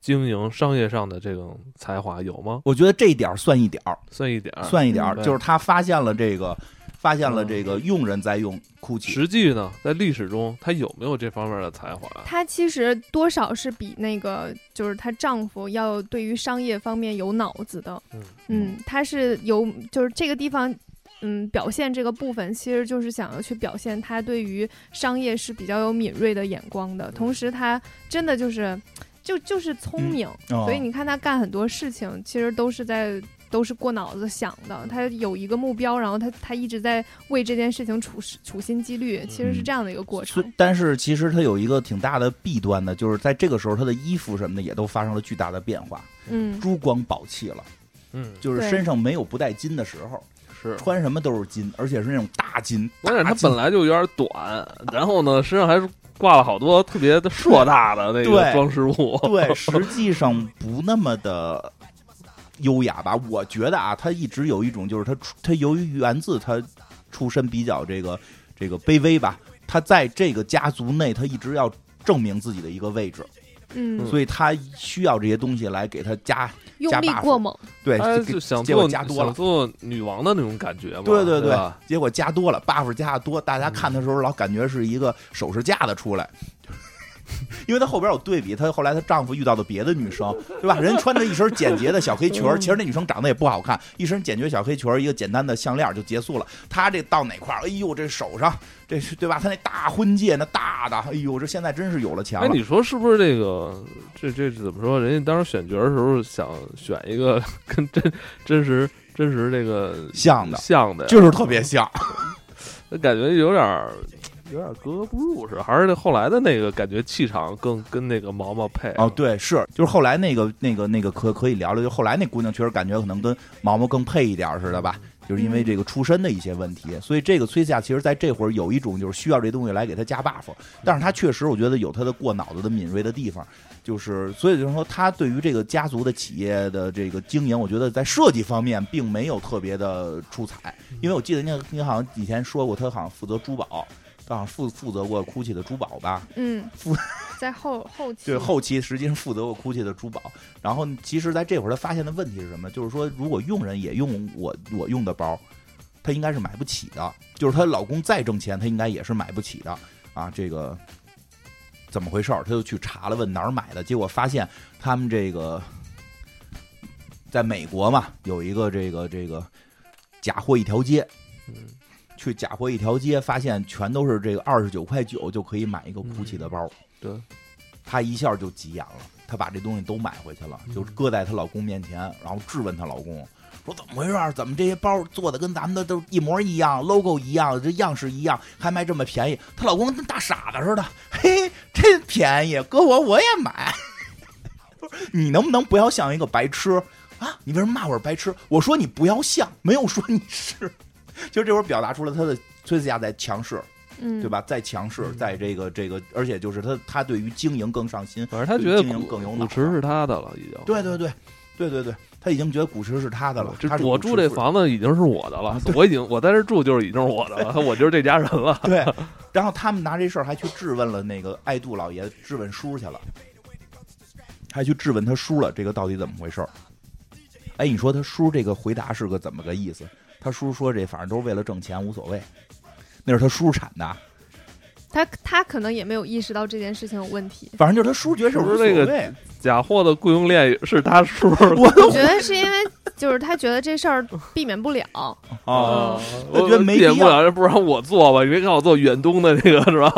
经营商业上的这种才华？有吗？我觉得这一点儿算一点儿，算一点儿。算一点儿，嗯就是他发现了这个，发现了这个佣人在用哭泣，实际呢，在历史中，他有没有这方面的才华？她其实多少是比那个就是她丈夫要对于商业方面有脑子的，嗯嗯，她是有就是这个地方。嗯，表现这个部分其实就是想要去表现她对于商业是比较有敏锐的眼光的，同时她真的就是就就是聪嗯明，哦所以你看她干很多事情其实都是在都是过脑子想的，嗯她有一个目标，然后她她一直在为这件事情处事处心积虑，其实是嗯这样的一个过程所。但是其实他有一个挺大的弊端的，就是在这个时候他的衣服什么的也都发生了巨大的变化，嗯，珠光宝气了，嗯，就是对身上没有不带金的时候，是。穿什么都是金，而且是那种大金。嗯关键大他金本来就有点短，然后呢，身上还挂了好多特别的硕大的那个对装饰物。 对，实际上不那么的优雅吧？我觉得啊，他一直有一种就是他出他由于源自他出身比较这个这个卑微吧，他在这个家族内他一直要证明自己的一个位置，嗯，所以他需要这些东西来给他加用力 buff 过猛，对，他给哎就想结果做加多想了。做女王的那种感觉嘛。对对对吧结果加多了，buff 加的多，大家看的时候老感觉是一个首饰架子出来， 因为她后边有对比，她后来她丈夫遇到的别的女生，对吧？人穿着一身简洁的小黑裙儿，其实那女生长得也不好看，一身简洁小黑裙儿，一个简单的项链儿就结束了。她这到哪块儿？哎呦，这手上这是对吧？她那大婚戒那大的，哎呦，这现在真是有了钱哎，了你。说是不是这个？这这怎么说？人家当时选角的时候想选一个跟真真实真实这个像的，像的呀，就是特别像，那感觉有点儿有点儿格格不入似的，还是那后来的那个感觉气场更跟那个毛毛配啊哦，，对，是，就是后来那个那个那个可可以聊聊，就后来那姑娘确实感觉可能跟毛毛更配一点儿似的吧，就是因为这个出身的一些问题，所以这个崔夏其实在这会儿有一种就是需要这东西来给她加 buff，但是她确实我觉得有她的过脑子的敏锐的地方，就是所以就是说她对于这个家族的企业的这个经营，我觉得在设计方面并没有特别的出彩，因为我记得那你好像以前说过，她好像负责珠宝，她好像负负责过 GUCCI 的珠宝吧，嗯负， 在后后期，对，后期实际上负责过 GUCCI 的珠宝。然后其实在这会儿他发现的问题是什么？就是说，如果佣人也用我我用的包，她应该是买不起的。就是她老公再挣钱，她应该也是买不起的啊。这个怎么回事儿？她就去查了，问哪儿买的，结果发现他们这个在美国嘛，有一个这个这个假货一条街。嗯去假货一条街，发现全都是这个二十九块九就可以买一个 GUCCI 的包。对，她一下就急眼了，她把这东西都买回去了，嗯就搁在她老公面前，然后质问她老公说怎么回事儿？怎么这些包做的跟咱们的都一模一样，logo 一样，这样式一样，还卖这么便宜？她老公跟大傻子似的，嘿，真便宜，搁我我也买。你能不能不要像一个白痴啊？你为什么骂我是白痴？我说你不要像，没有说你是。 其实这会儿表达出了他的崔斯亚在强势，嗯，对？吧？在强势，在这个这个，而且就是他他对于经营更上心，反正他觉得经营古更有脑古驰是他的了，已经。对对对，对对对，他已经觉得古驰是他的了。哦这他是我古驰住这是啊房子已经是我的了，我已经我在这住就是已经是我的了， 我就是这家人了。对，然后他们拿这事儿还去质问了那个爱杜老爷，质问叔去了，还去质问他叔了，这个到底怎么回事儿？哎，你说他叔这个回答是个怎么个意思？他叔说这反正都是为了挣钱，无所谓。那是他叔产的，他他可能也没有意识到这件事情有问 题。反正就是他叔觉得是无不所是那个谓。假货的雇佣链是他叔我我都觉得是因为就是他觉得这事儿避免不了， 啊，我觉得没必要也不了，不让我做吧？你别看我做远东的那个是 吧？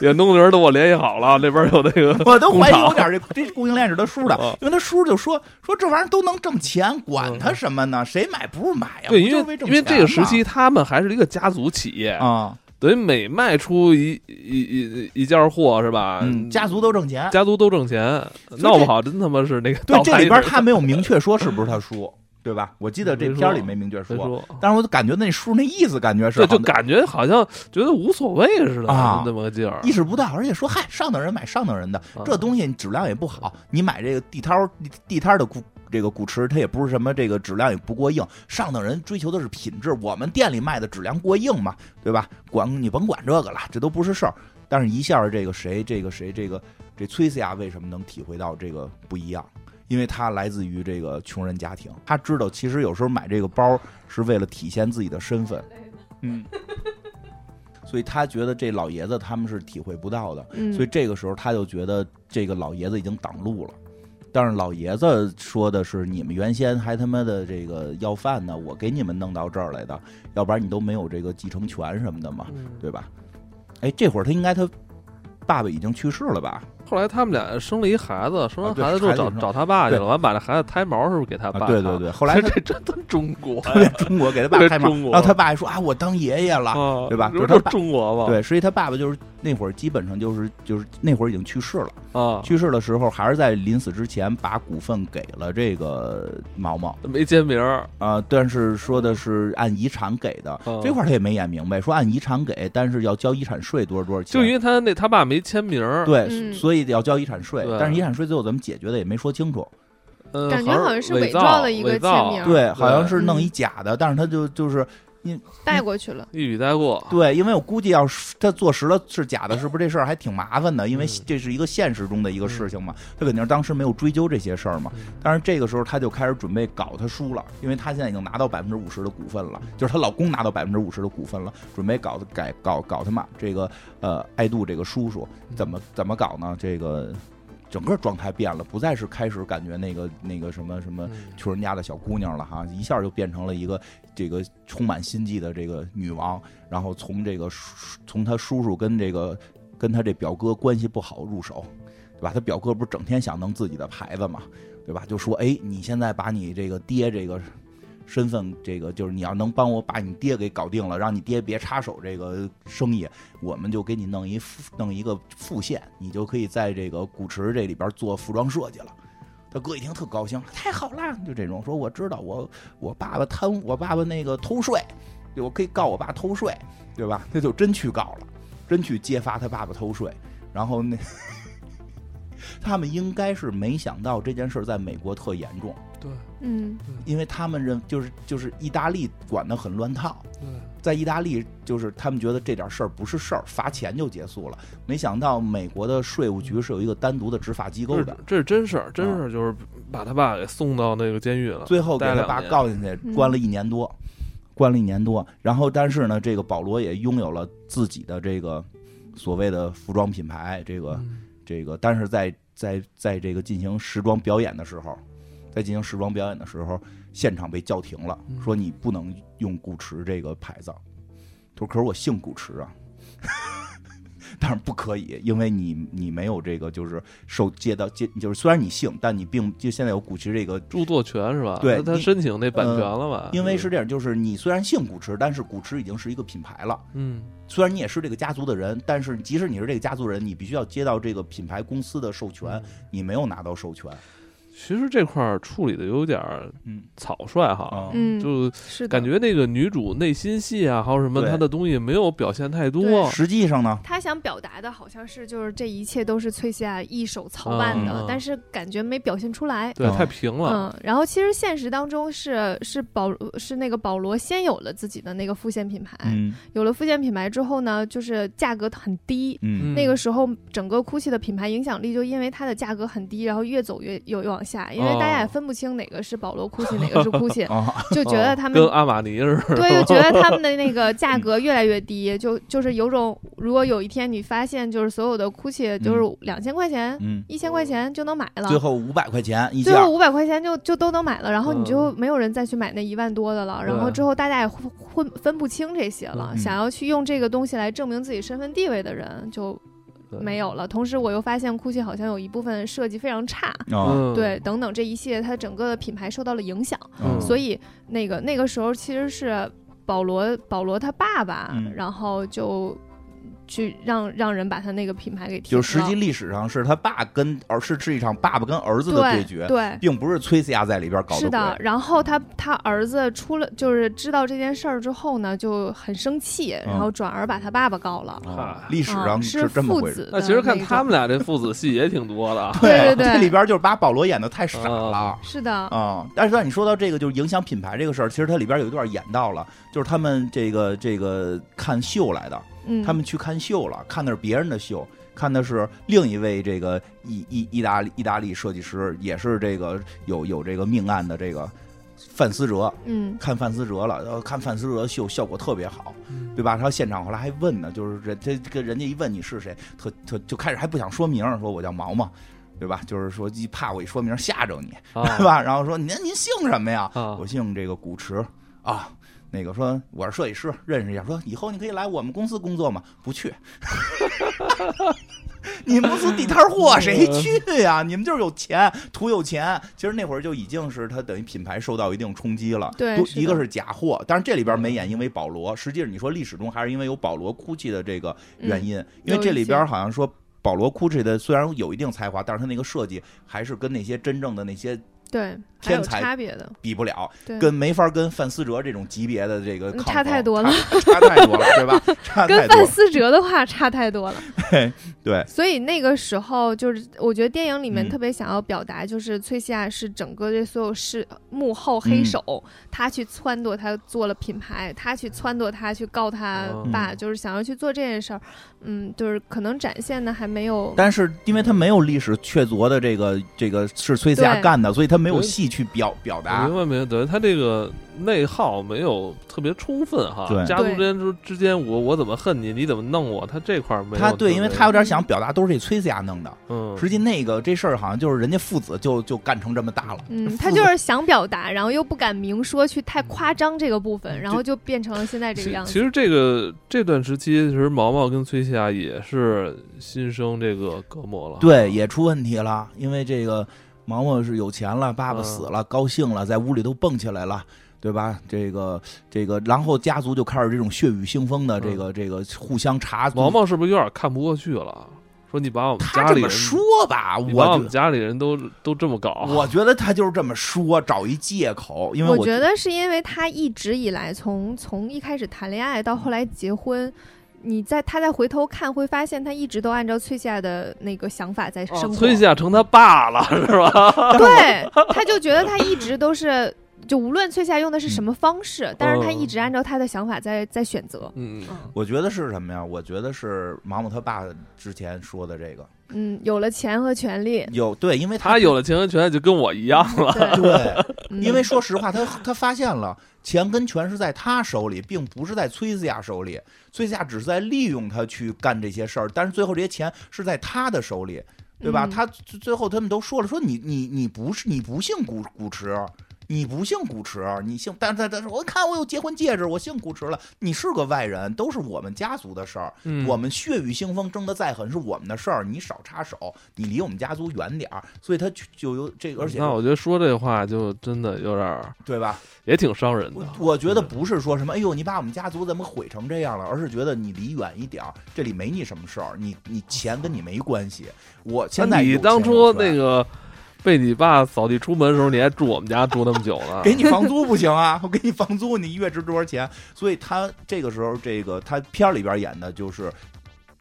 远东的人都给我联系好了，那边有那 个我都怀疑工厂有点这这供应链是 他叔啊的，因为他叔就说说这玩意儿都能挣钱，管他什么呢？谁买不是买呀？嗯对，不因就是为挣因为钱这个时吗期他们还是一个家族企业，啊，等于每卖出一一一一一件货是吧？嗯，家族都挣钱，家族都挣钱，以闹这不好真他妈是那个对，倒这台里边一他没有明确说是不是他叔，对吧？我记得这片儿里没明确人说，说。但是我感觉那叔那意思，感觉是对，好就像感觉好像觉得无所谓似的，啊就那么个劲儿。意识不到，而且说嗨，上等人买上等人的，啊这东西质量也不好，你买这个地摊儿地地摊儿的古这个古驰，它也不是什么这个质量也不过硬，上等人追求的是品质，我们店里卖的质量过硬嘛，对吧？管你甭管这个了，这都不是事儿。但是，一下儿这个谁，这个谁，这个这崔斯亚为什么能体会到这个不一样？因为他来自于这个穷人家庭，他知道其实有时候买这个包是为了体现自己的身份，嗯，所以他觉得这老爷子他们是体会不到的。嗯，所以这个时候他就觉得这个老爷子已经挡路了。但是老爷子说的是，你们原先还他妈的这个要饭呢，我给你们弄到这儿来的，要不然你都没有这个继承权什么的嘛，嗯对吧？哎，这会儿他应该他爸爸已经去世了吧？后来他们俩生了一孩子，生啊完对孩子之后孩子找生找他爸去了，对完把这孩子胎毛是不是给他爸啊，看？对对对，后来他这真他妈中国特别中国给他爸开特别门中，国然后他爸还说啊，我当爷爷了。啊，对吧这不就是是他中国吗？对，所以他爸爸就是那会儿基本上就是就是那会儿已经去世了。啊，去世的时候还是在临死之前把股份给了这个毛毛。没签名儿，啊，但是说的是按遗产给的，嗯这块儿他也没演明白，说按遗产给，但是要交遗产税多少多少钱，就因为他那他爸没签名儿，对，嗯所以得要交遗产税，对但是遗产税最后怎么解决的也没说清楚，嗯，感觉好像是伪造造的一个伪造签名儿对，好像是嗯弄一假的，但是他就就是嗯带过去了。一语带过。对，因为我估计要是他坐实了是假的，是不是这事儿还挺麻烦的？因为嗯这是一个现实中的一个事情嘛，他肯定是当时没有追究这些事儿嘛嗯。但是这个时候他就开始准备搞他叔了，因为他现在已经拿到百分之五十的股份了，就是她老公拿到百分之五十的股份了，准备搞改搞搞他妈这个呃爱杜这个叔叔嗯怎么怎么搞呢？这个整个状态变了，不再是开始感觉那个那个什么什么嗯穷人家的小姑娘了哈，一下就变成了一个这个充满心计的这个女王。然后从这个叔从她叔叔跟这个跟她这表哥关系不好入手，对吧？她表哥不是整天想弄自己的牌子嘛，对吧？就说哎，你现在把你这个爹这个身份，这个就是你要能帮我把你爹给搞定了，让你爹别插手这个生意，我们就给你弄一副弄一个副线，你就可以在这个古驰这里边做服装设计了。他哥一听特高兴，太好啦！就这种说，我知道我我爸爸贪污，我爸爸那个偷税，对我可以告我爸偷税，对吧？他就真去告了，真去揭发他爸爸偷税。然后那 他们应该是没想到这件事儿在美国特严重，对嗯，因为他们认就是就是意大利管得很乱套，对，在意大利就是他们觉得这点事儿不是事儿，罚钱就结束了。没想到美国的税务局是有一个单独的执法机构这的是，这是真事儿，真事儿就是把他爸给送到那个监狱了。最后给待他两爸年告进去，嗯关了一年多，关了一年多。然后，但是呢，这个保罗也拥有了自己的这个所谓的服装品牌，这个嗯这个，但是在在在这个进行时装表演的时候，在进行时装表演的时候，现场被叫停了，嗯说你不能用古驰这个牌子。他说：“可是我姓古驰啊。” 但是不可以，因为你你没有这个就是受借到借，就是虽然你姓，但你并就现在有古驰这个著作权是吧？对那他你申请那版权了啊吧？因为是这样，就是你虽然姓古驰，但是古驰已经是一个品牌了。嗯，虽然你也是这个家族的人，但是即使你是这个家族人，你必须要接到这个品牌公司的授嗯权，你没有拿到授权。其实这块儿处理的有点儿嗯草率哈，啊，嗯，就是的感觉那个女主内心戏啊，还有什么对她的东西没有表现太多对。实际上呢，他想表达的好像是就是这一切都是翠西亚一手操办的，嗯嗯但是感觉没表现出来。对，嗯太平了。嗯，然后其实现实当中是是保是那个保罗先有了自己的那个副线品牌，嗯有了副线品牌之后呢，就是价格很低。嗯嗯那个时候，整个 GUCCI 的品牌影响力就因为它的价格很低，然后越走越有越往下，因为大家也哦分不清哪个是保罗 GUCCI，哪个是 GUCCI， 啊，就觉得他们哦跟阿玛尼似的，对，就觉得 他们的那个价格越来越低，就就是有种，如果有一天你发现就是所有的 GUCCI 就是两千块钱、嗯，一千块钱就能买了，最后五百块钱一件最儿后，五百块钱就就都能买了，然后你就嗯没有人再去买那一万多的了，然后对之后大家也混混分不清这些了，嗯想要去用这个东西来证明自己身份地位的人就对没有了。同时，我又发现 GUCCI 好像有一部分设计非常差，啊，嗯，对，等等这一系列，它整个的品牌受到了影响。嗯所以那个那个时候其实是保罗保罗他爸爸，嗯然后就去让让人把他那个品牌给停就是实了际历史上是他爸跟儿是是一场爸爸跟儿子的对决，对。并不是崔西亚在里边搞是的鬼，然后他他儿子出了，就是知道这件事儿之后呢，就很生气，然后转而把他爸爸告了。啊嗨嗯历史上嗯是这么父回事。子。那其实看他们，俩这父子戏也挺多 的啊。对对对这里边就是把保罗演的太傻了啊。是的，啊、但是让你说到这个就是影响品牌这个事儿，其实它里边有一段演到了，就是他们这个这个看秀来的，嗯，他们去看秀了，看的是别人的秀，看的是另一位这个意意意大利意大利设计师，也是这个有有这个命案的这个范思哲，嗯看范思哲了，然后看范思哲秀效果特别好，对吧？然后现场后来还问呢，就是人这这个人家一问你是谁，特特就开始还不想说名儿，说我叫毛毛，对吧？就是说一怕我一说名儿吓着你，啊对 吧？然后说您您姓什么呀？啊我姓这个古驰啊。那个说我是设计师，认识一下。说以后你可以来我们公司工作吗？不去， 你们公司地摊儿嗯货谁去呀、你们就是有钱，图有钱。其实那会儿就已经是他等于品牌受到一定冲击了。对多是的嗯一个是假货，当然这里边没演，因为保罗。实际上你说历史中还是因为有保罗哭泣的这个嗯原因，因为这里边好像说保罗哭泣的虽然有一定才华，但是他那个设计还是跟那些真正的那些对，还天有才差别的，比不了，对，跟没法跟范思哲这种级别的这个嗯抗差衡太多了，差差太多了，对吧？差太跟多范了，思哲的话差太多了。对，所以那个时候，就是我觉得电影里面嗯特别想要表达，就是崔西亚是整个这所有事幕后嗯黑手，他去撺掇他做了品牌，他去撺掇他去告他爸，嗯就是想要去做这件事儿。嗯，就是可能展现的还没有，但是因为他没有历史确凿的这个这个是崔斯亚对干的，所以他没有对戏去表表我达明。白明白，等于他这个内耗没有特别充分哈。对家族之间之之间，我我怎么恨你，你怎么弄我，他这块儿没有特别。他对，因为他有点想表达都是这崔斯亚弄的，嗯，实际那个这事儿好像就是人家父子就就干成这么大了。嗯，父他子就是想表达，然后又不敢明说，去嗯太夸张这个部分，然后就变成了现在这个其样子。其实这个这段时期，其实毛毛跟崔西亚也是心生这个隔膜了。对，也出问题了，因为这个毛毛是有钱了，爸爸嗯死了，高兴了，在屋里都蹦起来了。对吧？这个这个，然后家族就开始这种血雨腥风的这个、这个互相查。毛毛是不是有点看不过去了？说你把我们他家这里么人，说吧，你把我我们家里人都都这么搞，我觉得他就是这么说，找一借口。因为我我觉得是因为他一直以来从从一开始谈恋爱到后来结婚，你在他再回头看会发现他一直都按照崔西亚的那个想法在生活。哦崔西亚啊成他爸了是吧？对，他就觉得他一直都是。就无论崔西亚用的是嗯什么方式，但是他一直按照他的想法在在选择。嗯，我觉得是什么呀？我觉得是毛毛他爸之前说的这个嗯，有了钱和权利，有对，因为他有了情人权就跟我一样了。对，对。嗯因为说实话，他他发现了钱跟权是在他手里，并不是在崔斯亚手里。崔斯亚只是在利用他去干这些事儿，但是最后这些钱是在他的手里，对吧？嗯他最最后他们都说了，说你你你不是你不姓古古驰，你不姓古驰，你姓，但是但是我看我有结婚戒指，我姓古驰了，你是个外人，都是我们家族的事儿，嗯我们血雨腥风争得再狠是我们的事儿，你少插手，你离我们家族远点儿，所以他就就有这个，而且那我觉得说这话就真的有点儿对吧？也挺伤人我的。啊我觉嗯得不是说什么，哎呦，你把我们家族怎么毁成这样了，而是觉得你离远一点儿，这里没你什么事儿，你你钱跟你没关系。我现在那你有当钱初有权那个被你爸扫地出门的时候，你还住我们家住那么久呢？给你房租不行啊， 我给你房租，你一月值多少钱？所以他这个时候，这个他片儿里边演的就是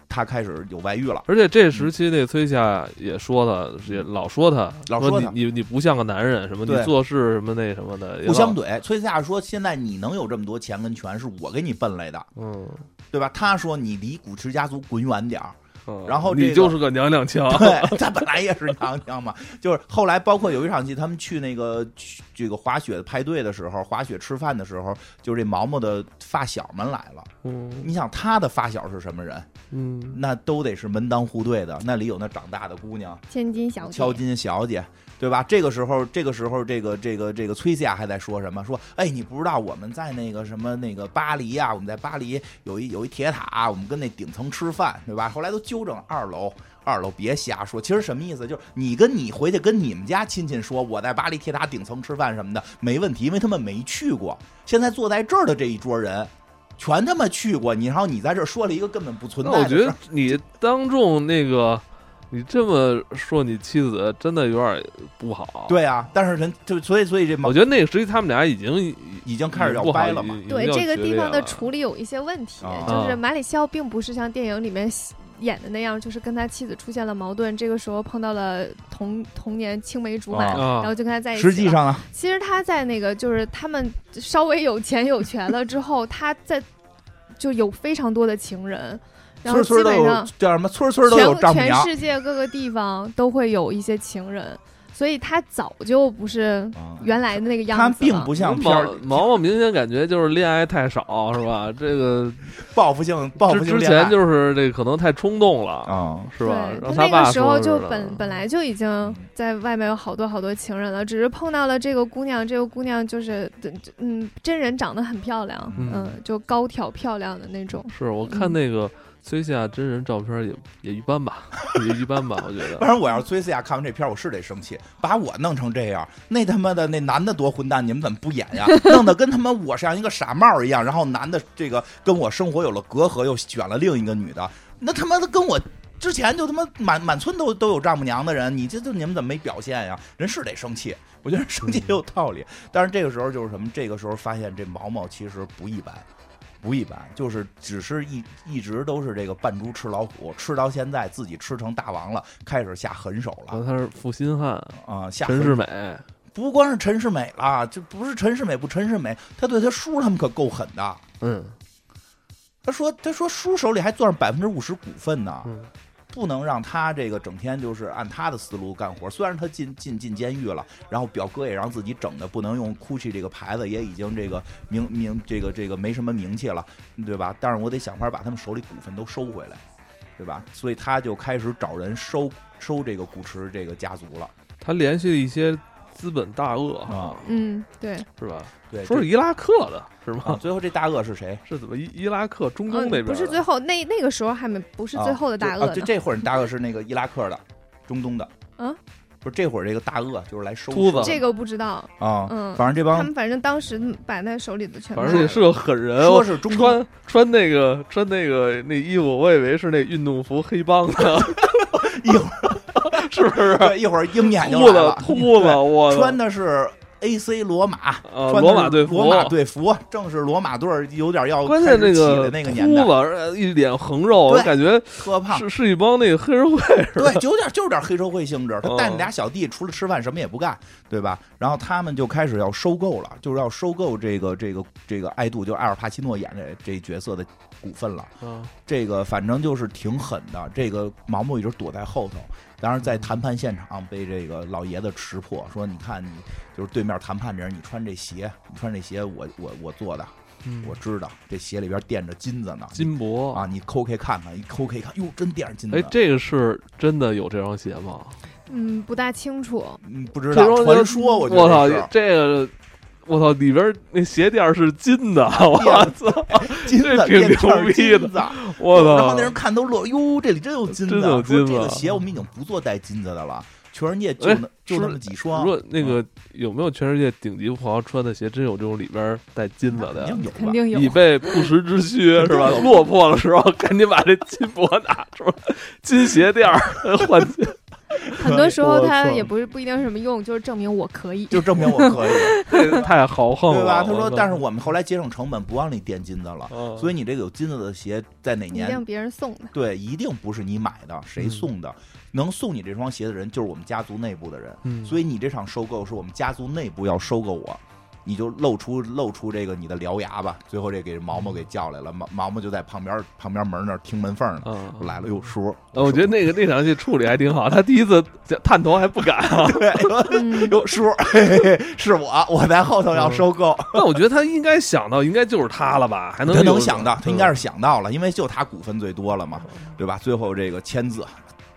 他开始有外遇了，而且这嗯时期那崔夏也说了，也老说他，老说说你他你你不像个男人，什么你对做事什么那什么的，也互相老，怼。崔斯亚说：“现在你能有这么多钱跟权，是我给你奔来的，嗯，对吧？”他说：“你离古驰家族滚远点儿。”嗯然后这你个就是个娘娘腔，对，他本来也是娘娘嘛。就是后来，包括有一场戏，他们去那个去这个滑雪派对的时候，滑雪吃饭的时候，就是这毛毛的发小们来了。嗯你想他的发小是什么人？嗯，那都得是门当户对的，那里有那长大的姑娘，千金小姐敲，金小姐，对吧？这个时候，这个时候，这个这个这个崔西亚还在说什么？说，哎，你不知道我们在那个什么那个巴黎啊，我们在巴黎有一有一铁塔，我们跟那顶层吃饭，对吧？后来都纠正二楼。二楼别瞎说，其实什么意思？就是你跟你回去跟你们家亲戚说，我在巴黎铁塔顶层吃饭什么的，没问题，因为他们没去过。现在坐在这儿的这一桌人，全他妈去过，你然后你在这儿说了一个根本不存那在的我事觉儿。得你当众那个，你这么说你妻子真的有点不好。，对啊，但是人就所以所以这毛我觉得那个时期他们俩已经已经开始要掰了嘛。，已经对要这个决地裂方的了处理有一些问题，啊就是马里孝并不是像电影里面演的那样，就是跟他妻子出现了矛盾，这个时候碰到了同同年青梅竹马，啊啊然后就跟他在一起了。实际上啊，其实他在那个就是他们稍微有钱有权了之后，他在就有非常多的情人，然后村村基都本有上叫什么？村村都有丈全母全娘。世界各个地方都会有一些情人，所以他早就不是啊原来的那个样子他了。并不嗯像片毛儿毛毛明显感觉就是恋爱太少，是吧？这个报复性报复之性之恋爱前就是这可能太冲动了，啊，是吧？对让他那爸个时说候是嗯就的本本来就已经在外面有好多好多情人了，只是碰到了这个姑娘，这个姑娘就是嗯，真人长得很漂亮，嗯嗯，就高挑漂亮的那种。是我看那个崔夏真人照片也也一般吧， 也一般吧，我觉反得。正我要是崔斯亚看完这片儿，我是得生气，把我弄成这样，那他妈的那男的多混蛋，你们怎么不演呀？弄得跟他妈我像一个傻帽儿一样，然后男的这个跟我生活有了隔阂，又选了另一个女的，那他妈的跟我。之前就他妈满满村都都有丈母娘的人，你这就你们怎么没表现呀？人是得生气，我觉得生嗯气也有道理。但是这个时候就是什么？这个时候发现这毛毛其实不一般，不一般，就是只是一一直都是这个扮猪吃老虎，吃到现在自己吃成大王了，开始下狠手然后了他是负心汉，啊、下狠呃陈世美，不光是陈世美了，这不是陈世美不陈世美，他对他叔他们可够狠的。嗯他说他说叔手里还攥着百分之五十股份呢，嗯不能让他这个整天就是按他的思路干活。虽然他进进进监狱了，然后表哥也让自己整的不能用 GUCCI 这个牌子，也已经这个名名这个这个没什么名气了，对吧？但是我得想法把他们手里股份都收回来，对吧？所以他就开始找人收收这个古驰这个家族了他联系一些资本大鳄，啊。嗯，对，是吧？对，说是这伊拉克的，是啊，吗？最后这大鳄是谁？是怎么伊伊拉克中东嗯那边的？不是最后那那个时候还没不是最后的大啊鳄就呢啊、这，这会儿大鳄是那个伊拉克的，中东的。嗯，不是这会儿这个大鳄就是来收秃子这个不知道。啊，嗯反正这他帮们反正当时把那手里的全卖反正也了。是个狠人，说我是中东， 穿穿那个穿那个那衣服，我以为是那运动服黑帮的，一会儿 是不是？ 对一会儿鹰眼就秃哎来子了，秃子，对我穿的是 AC 罗马，呃穿的是罗马队服，罗马队服，正是罗马队儿有点要关键开始起个的那个年秃代子，呃一脸横肉，我对感觉特胖，是是一帮那个黑社会似的。，对就有点就有点黑社会性质。他嗯带着俩小弟，除了吃饭什么也不干，对吧？然后他们就开始要收购了，就是要收购这个这个这个爱杜，就是艾尔帕西诺演的这角色的股份了。 嗯这个反正就是挺狠的，这个毛毛一直躲在后头。当然，在谈判现场被这个老爷子识破，说：“你看你就是对面谈判这人，你穿这鞋，你穿这鞋我，我我做的，我知道这鞋里边垫着金子呢。嗯啊金哎箔啊，，你抠开看看，一抠开看，哟，真垫着金子。哎，这个是真的有这双鞋吗？嗯，不大清楚。嗯，不知这道双传说，哦我觉我操得是，这个，我操，里边那鞋垫儿是金的，哎我操，金子这挺链圈儿牛逼金的子我然后操那，人看都乐，哟，这里真有金子，真有金子说这个鞋我们已经不做带金子的了，全世界就哎那就那么几双，如果那个有没有全世界顶级富豪穿的鞋真有这种里边儿带金子的肯呀？定有吧肯？定有以备不时之需肯定是吧有？落魄的时候赶紧把这金箔拿出来，金鞋垫儿 换金。很多时候我它操也不是不一定是什么用，就是证明我可以。就证明我可以，这太豪横了，对吧？他说，但是哦我嗯哦我们后来节省成本，不往里垫金子了，操，所以以你这个有金子的鞋在哪你让年？别人送 的，对，一定不是你买的，谁嗯送的？能送你这双鞋的人就是我们家族内部的人，嗯所以你这场收购是我们家族内部要收购我，你就露出露出这个你的獠牙吧。最后这给毛毛给叫来了，毛毛毛就在旁边旁边门那儿听门缝呢，嗯，来了，哟叔，呃我觉得那个那场戏处理还挺好，他第一次探头还不敢 啊， 对， 嗯，哟叔， 嘿嘿嘿，是我，我在后头嗯要收购。但我觉得他应该想到应该就是他了吧，还能嗯他有能想到，他应该是想到了，因为就他股份最多了嘛，对吧？最后这个签字，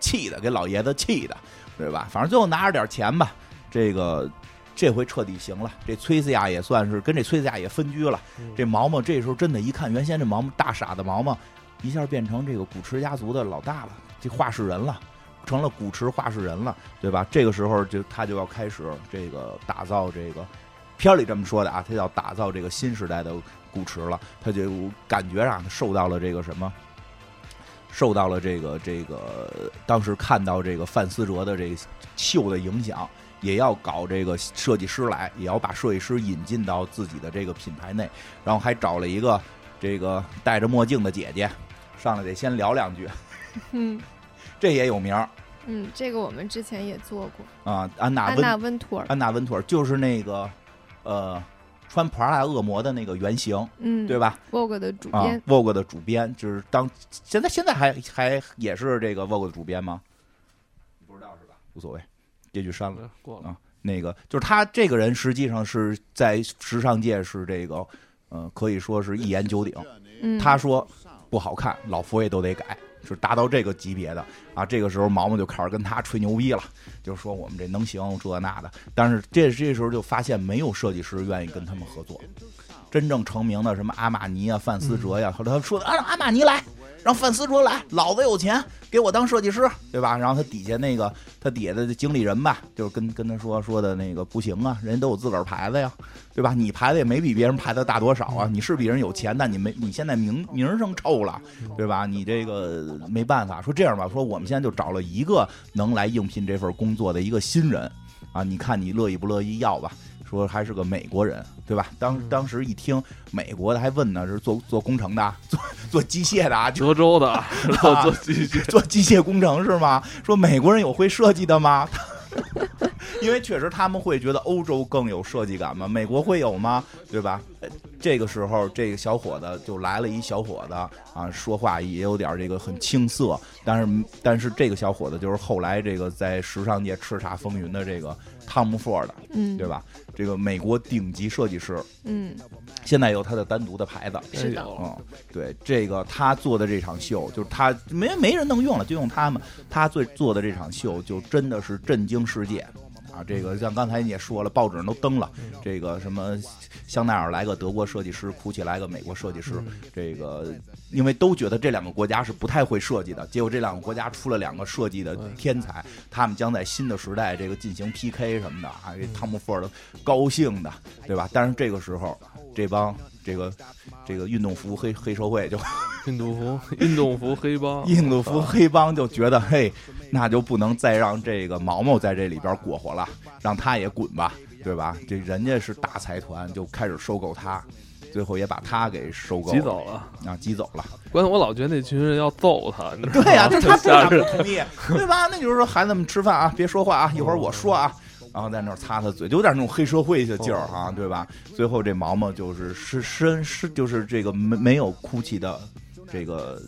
气的给老爷子气的，对吧？反正最后拿着点钱吧，这个这回彻底行了。这崔斯亚也算是跟这崔斯亚也分居了。嗯这毛毛这时候真的，一看原先这毛毛大傻子毛毛，一下变成这个古驰家族的老大了，这话事人了。成了古驰话事人了，对吧？这个时候就他就要开始这个打造这个片儿里这么说的啊，他要打造这个新时代的古驰了，他就感觉啊，他受到了这个什么，受到了这个这个当时看到这个范思哲的这个秀的影响，也要搞这个设计师来，也要把设计师引进到自己的这个品牌内，然后还找了一个这个戴着墨镜的姐姐，上来得先聊两句，嗯这也有名儿嗯，这个我们之前也做过，啊，安娜安温娜温图尔，安娜温图尔就是那个呃穿普拉达恶魔的那个原型，嗯，对吧？ ？Vogue 的主啊编， ，Vogue 的主编就是当现在现在还还也是这个 Vogue 的主编吗？不知道是吧？无所谓，这句删了。过了那个就是他这个人，实际上是在时尚界是这个，呃，可以说是一言九鼎。嗯，他说不好看，老佛爷都得改，就是达到这个级别的啊。这个时候毛毛就开始跟他吹牛逼了，就说我们这能行这那的。但是这这时候就发现没有设计师愿意跟他们合作，真正成名的什么阿玛尼啊、范思哲呀、后来他说的啊，让阿玛尼来。让范思哲来，老子有钱，给我当设计师，对吧？然后他底下那个他底下的经理人吧，就是跟跟他说说的那个不行啊，人家都有自个儿牌子呀，对吧？你牌子也没比别人牌子大多少啊，你是比人有钱，但你没你现在名名声臭了，对吧？你这个没办法。说这样吧，说我们现在就找了一个能来应聘这份工作的一个新人啊，你看你乐意不乐意要吧？说还是个美国人，对吧？当当时一听美国的，还问呢，是做做工程的啊，做做机械的啊，就德州 的，做做继 续做机械工程是吗？说美国人有会设计的吗？因为确实他们会觉得欧洲更有设计感嘛，美国会有吗？对吧？呃这个时候，这个小伙子就来了一小伙子啊，说话也有点这个很青涩，但是但是这个小伙子就是后来这个在时尚界叱咤风云的这个汤姆·福尔的，嗯，对？吧？这个美国顶级设计师，嗯，现在有他的单独的牌子，是哎的嗯，对，这个他做的这场秀，就是他没没人能用了，就用他们。他最做的这场秀，就真的是震惊世界啊！这个像刚才你也说了，报纸上都登了，这个什么香奈儿来个德国设计师，古奇来个美国设计师，这个因为都觉得这两个国家是不太会设计的，结果这两个国家出了两个设计的天才，他们将在新的时代这个进行 PK 什么的啊！这汤姆·福尔德高兴的，对吧？但是这个时候，这帮这个这个运动服黑黑社会就印度服、运动服黑 帮、印度服黑帮就觉得，嘿，那就不能再让这个毛毛在这里边过活了，让他也滚吧，对吧？这人家是大财团，就开始收购他，最后也把他给收购挤走了。啊，挤走了。关键我老觉得那群人要揍他，你知道吗对呀、就是他不吓敢不人。同意，对吧？那就是说，孩子们吃饭啊，别说话啊，一会儿我说啊。然后在那儿擦擦嘴，就有点那种黑社会的劲儿啊，对吧？最后这毛毛就是是身是就是这个没没有哭泣的这个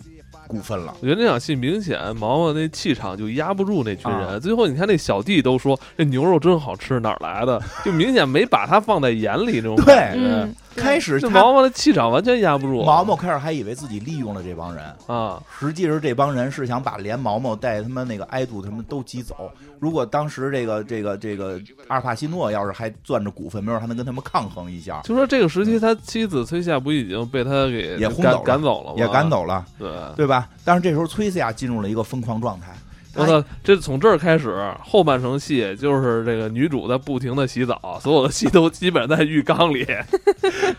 股份了，我觉得那场戏明显毛毛那气场就压不住那群人，啊最后你看那小弟都 说这牛肉真好吃，哪儿来的？就明显没把他放在眼里那种对感觉。嗯，开始这他毛毛的气场完全压不住毛毛开始还以为自己利用了这帮人，啊，实际是这帮人是想把连毛毛带他们那个埃杜他们都挤走。如果当时这个这个这个阿尔帕西诺要是还攥着股份，没准还能跟他们抗衡一下，就说这个时期，他妻子崔夏不已经被他给也轰走赶了赶走了吗？也赶，走了，哎对。对吧？但是这时候崔斯亚进入了一个疯狂状态，我操！这从这儿开始，后半程戏就是这个女主在不停的洗澡，所有的戏都基本上在浴缸 里。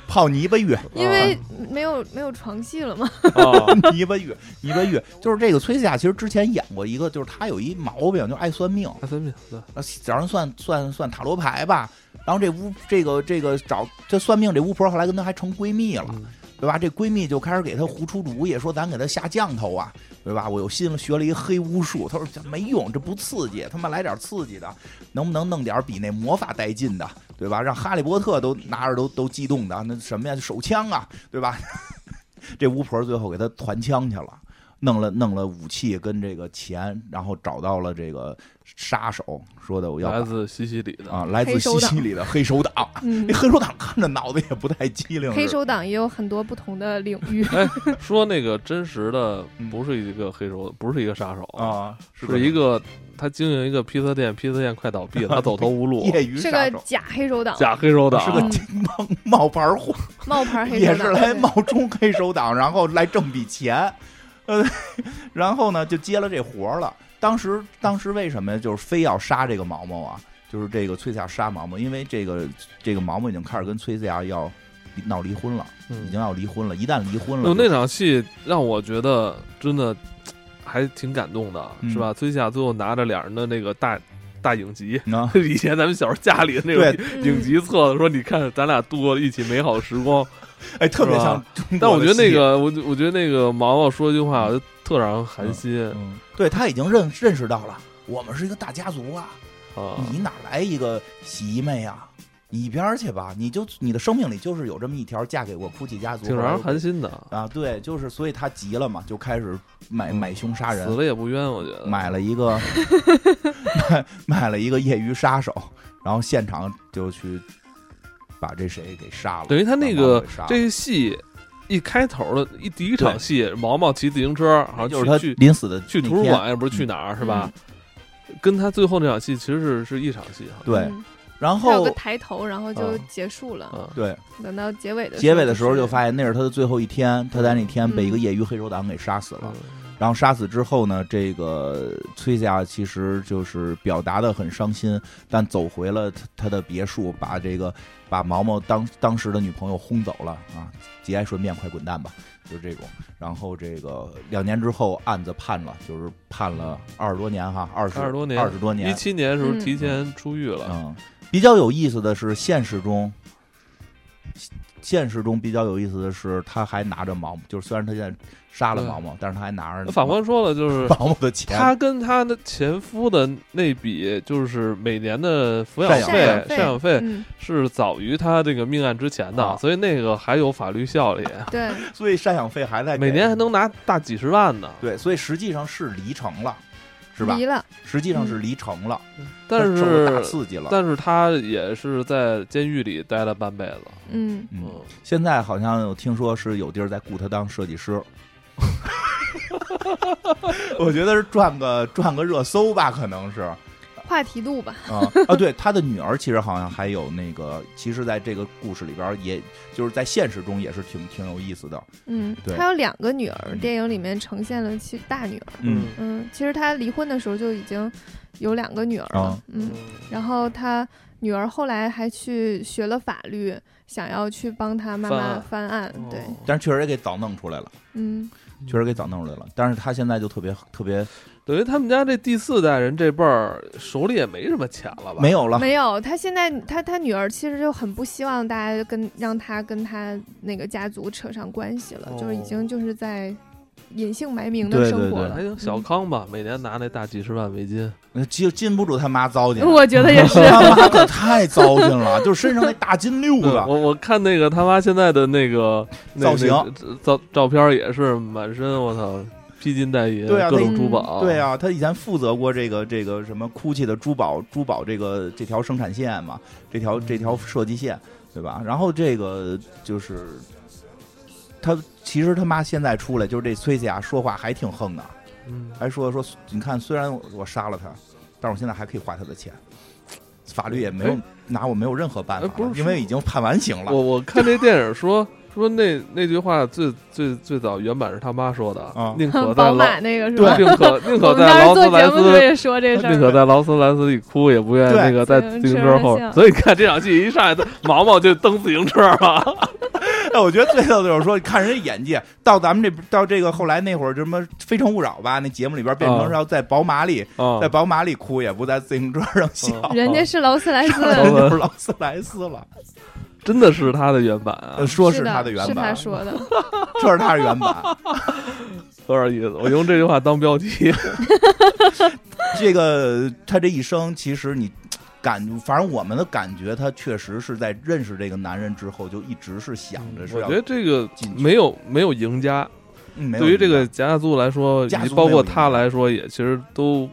泡泥巴 浴，因为没有没有床戏了嘛， 啊，泥巴浴，泥巴浴，就是这个崔斯亚其实之前演过一个，就是他有一毛病，就爱算命，他分辨对啊找人算算算塔罗牌吧。然后这巫这个这个找这算命这巫婆后来跟她还成闺蜜了，嗯对吧？这闺蜜就开始给她胡出主意，说咱给她下降头啊，对吧？我又新了学了一黑巫术，她说这没用，这不刺激，他妈来点刺激的，能不能弄点比那魔法带劲的，对吧？让哈利波特都拿着都都激动的，那什么呀，手枪啊，对吧？ 这巫婆最后给她团枪去了。弄了弄了武器跟这个钱，然后找到了这个杀手，说的我要把来自西西里的啊，来自黑手西党西里的黑手党。嗯那，黑手党看着脑子也不太机灵，黑是吧手党也有很多不同的领域，哎， 说那个真实的嗯不是一个黑手，不是一个杀手，啊，是一个他经营一个披萨店，披萨店快倒闭了，他走投无 路，业余杀是个手，假黑手党，假黑手党，是个嗯冒冒牌货，冒牌 黑手也党，是来对冒充黑手党，然后来挣笔钱，呃， 然后呢就接了这活儿了。当时当时为什么就是非要杀这个毛毛啊？就是这个崔斯亚杀毛毛，因为这个这个毛毛已经开始跟崔斯亚要闹离婚了，已嗯哦经要离婚了。一旦离婚了就就，那场戏让我觉得真的还挺感动的，嗯是吧？崔夏最后拿着俩人的那个大大影集， 啊，以前咱们小时候家里的那对嗯种嗯影集册子，说你看咱俩度过了一起美好时光。哎，特别是吧像中国的戏。但我觉得那个，我我觉得那个毛毛说一句话，我就特让人寒心嗯，对他已经认认识到了，我们是一个大家族啊，啊！你哪来一个洗衣妹啊？你一边儿去吧，你就你的生命里就是有这么一条嫁给我哭泣家族，挺让人寒心的，啊。对，就是所以他急了嘛，就开始买嗯买凶杀死人，了也不冤，我觉得。买了 一个 买买了一个业余杀手，然后现场就去把这谁给杀了，等于他那个把猫给杀了这个戏一开头的一第一场戏，毛毛骑自行车，好像就是他去临死的去去那图书天嗯馆，也不是去哪儿，是嗯吧？跟他最后那场戏其实是是一场戏哈。对，嗯然他有后个抬头，然后就嗯结束了。啊，对。等到结尾 的结尾的时候就是发现那是他的最后一天，他在那天被一个嗯业余黑手党给杀死了。嗯然后杀死之后呢，这个崔家其实就是表达的很伤心，但走回了他他的别墅，把这个把毛毛当当时的女朋友轰走了啊！节哀顺变，快滚蛋吧，就是这种。然后这个两年之后案子判了，就是判了二十多年哈，二十20多年二十多一年。七年的时候嗯提前出狱了，嗯，比较有意思的是，现实中，现实中比较有意思的是，他还拿着毛毛，就是虽然他现在杀了毛毛，但是他还拿着法官说了，就是毛毛的钱。他跟他的前夫的那笔，就是每年的抚养赡养费、费赡养费嗯，是早于他这个命案之前的啊，所以那个还有法律效力，对，所以赡养费还在给每年还能拿大几十万呢。哎对，所以实际上是离成了， 是吧离？了，实际上是离成了，嗯但他受了大是刺激了。但是他也是在监狱里待了半辈子。嗯，嗯，嗯，现在好像有听说是有地儿在雇他当设计师。 我觉得是赚个赚个热搜吧，可能是。话题度吧，啊啊！对，他的女儿其实好像还有那个，其实在这个故事里边儿也，就是在现实中也是挺挺有意思的。嗯，对嗯他有两个女儿，电影里面呈现了其大女儿，嗯嗯，其实他离婚的时候就已经有两个女儿了啊，嗯，然后他女儿后来还去学了法律，想要去帮他妈妈翻案，对，哦但是确实也给早弄出来了，嗯，确实给早弄出来了。但是他现在就特别特别等于他们家这第四代人这辈儿手里也没什么钱了吧？没有了，没有，他现在他他女儿其实就很不希望大家跟让他跟他那个家族扯上关系了，就是已经就是在隐姓埋名的对生对活对还了。行，小康吧，每年拿那大几十万围 巾，那禁禁不住他妈糟践。我觉 得也是，他妈可太糟践了，就是身上那大金溜嗯子，嗯我我看那个他妈现在的那个那 造型那照照片也是满身我操披金戴银，对啊各种那珠宝，对，啊，他以前负责过这个这嗯个什么哭泣的珠宝珠宝这个这条生产线嘛，这条这条设计线，对吧？然后这个就是他，其实他妈现在出来，就是这崔西亚说话还挺横的，嗯，还说说你看，虽然我我杀了他，但是我现在还可以花他的钱，法律也没有哎拿我没有任何办法哎不了，是因为已经判完刑我了我看这电影说 说那那句话最最最早原版是他妈说的，啊宁可在宝劳马那个是对 吧？宁 可宁我可们当在时劳做斯莱节目的时候斯。也说这事宁可儿，在劳斯莱斯里哭，也不愿对那个在自行车后自行车。上所以你看这场戏一上来，毛毛就蹬自行车了。哎，我觉得最逗的就是说，看人家演技，到咱们这到这个后来那会儿，什么《非诚勿扰》吧，那节目里边变成啊是要在宝马里，啊在宝马里哭，也不在自行车上笑， 啊人家是劳斯莱斯，嗯就是劳斯莱斯 了。真的是他的原版啊呃，说是他的的原是他版， 说的。这是他的原 版。多少意思！我用这句话当标题。这个他这一生，其实你感，反正我们的感觉，他确实是在认识这个男人之后，就一直是想着是嗯我要觉得这个进去没有没有赢家，嗯没有对于这一个贾雅族来说，以贾及族包括没有赢他家来说，也其实都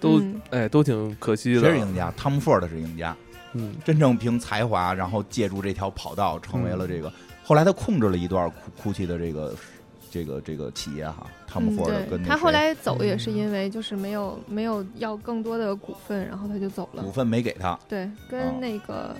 都嗯哎都挺可惜个的。谁是赢家？汤姆·福的是赢家，嗯，真正凭才华，然后借助这条跑道成为了这嗯个。后来他控制了一段哭哭泣的这个这个这个企业哈，汤姆·嗯，福尔跟对，那他谁嗯后来走也是因为就是没有没有要更多的股份，然后他就走了股。份没给他，对，哦跟那个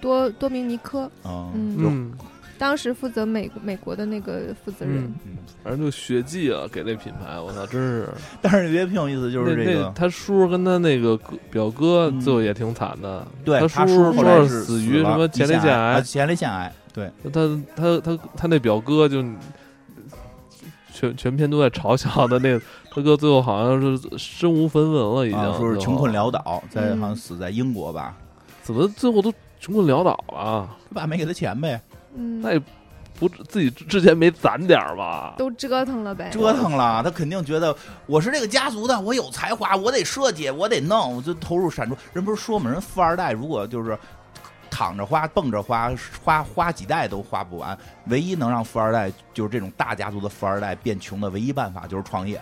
多多明尼科，嗯，嗯，嗯，当时负责美美国的那个负责人嗯，，反正就血迹啊，给这品牌，我操，真是。但是也挺有意思， 就是那这那个他叔跟他那个哥表哥嗯最后也挺惨的，对他他叔后来说是死于什么前列腺腺癌啊前列腺癌，对，他他他他那表哥就全全篇都在嘲笑他那他哥最后好像是身无分文了，已经、啊，说是最后穷困潦倒，在嗯好像死在英国吧，怎么最后都穷困潦倒了？啊他爸没给他钱呗，嗯，那也不自己之前没攒点儿吧？都折腾了呗。折腾了，他肯定觉得我是这个家族的，我有才华，我得设计，我得弄，我就投入产出。人不是说嘛，人富二代如果就是躺着花、蹦着花，花花几代都花不完。唯一能让富二代就是这种大家族的富二代变穷的唯一办法就是创业。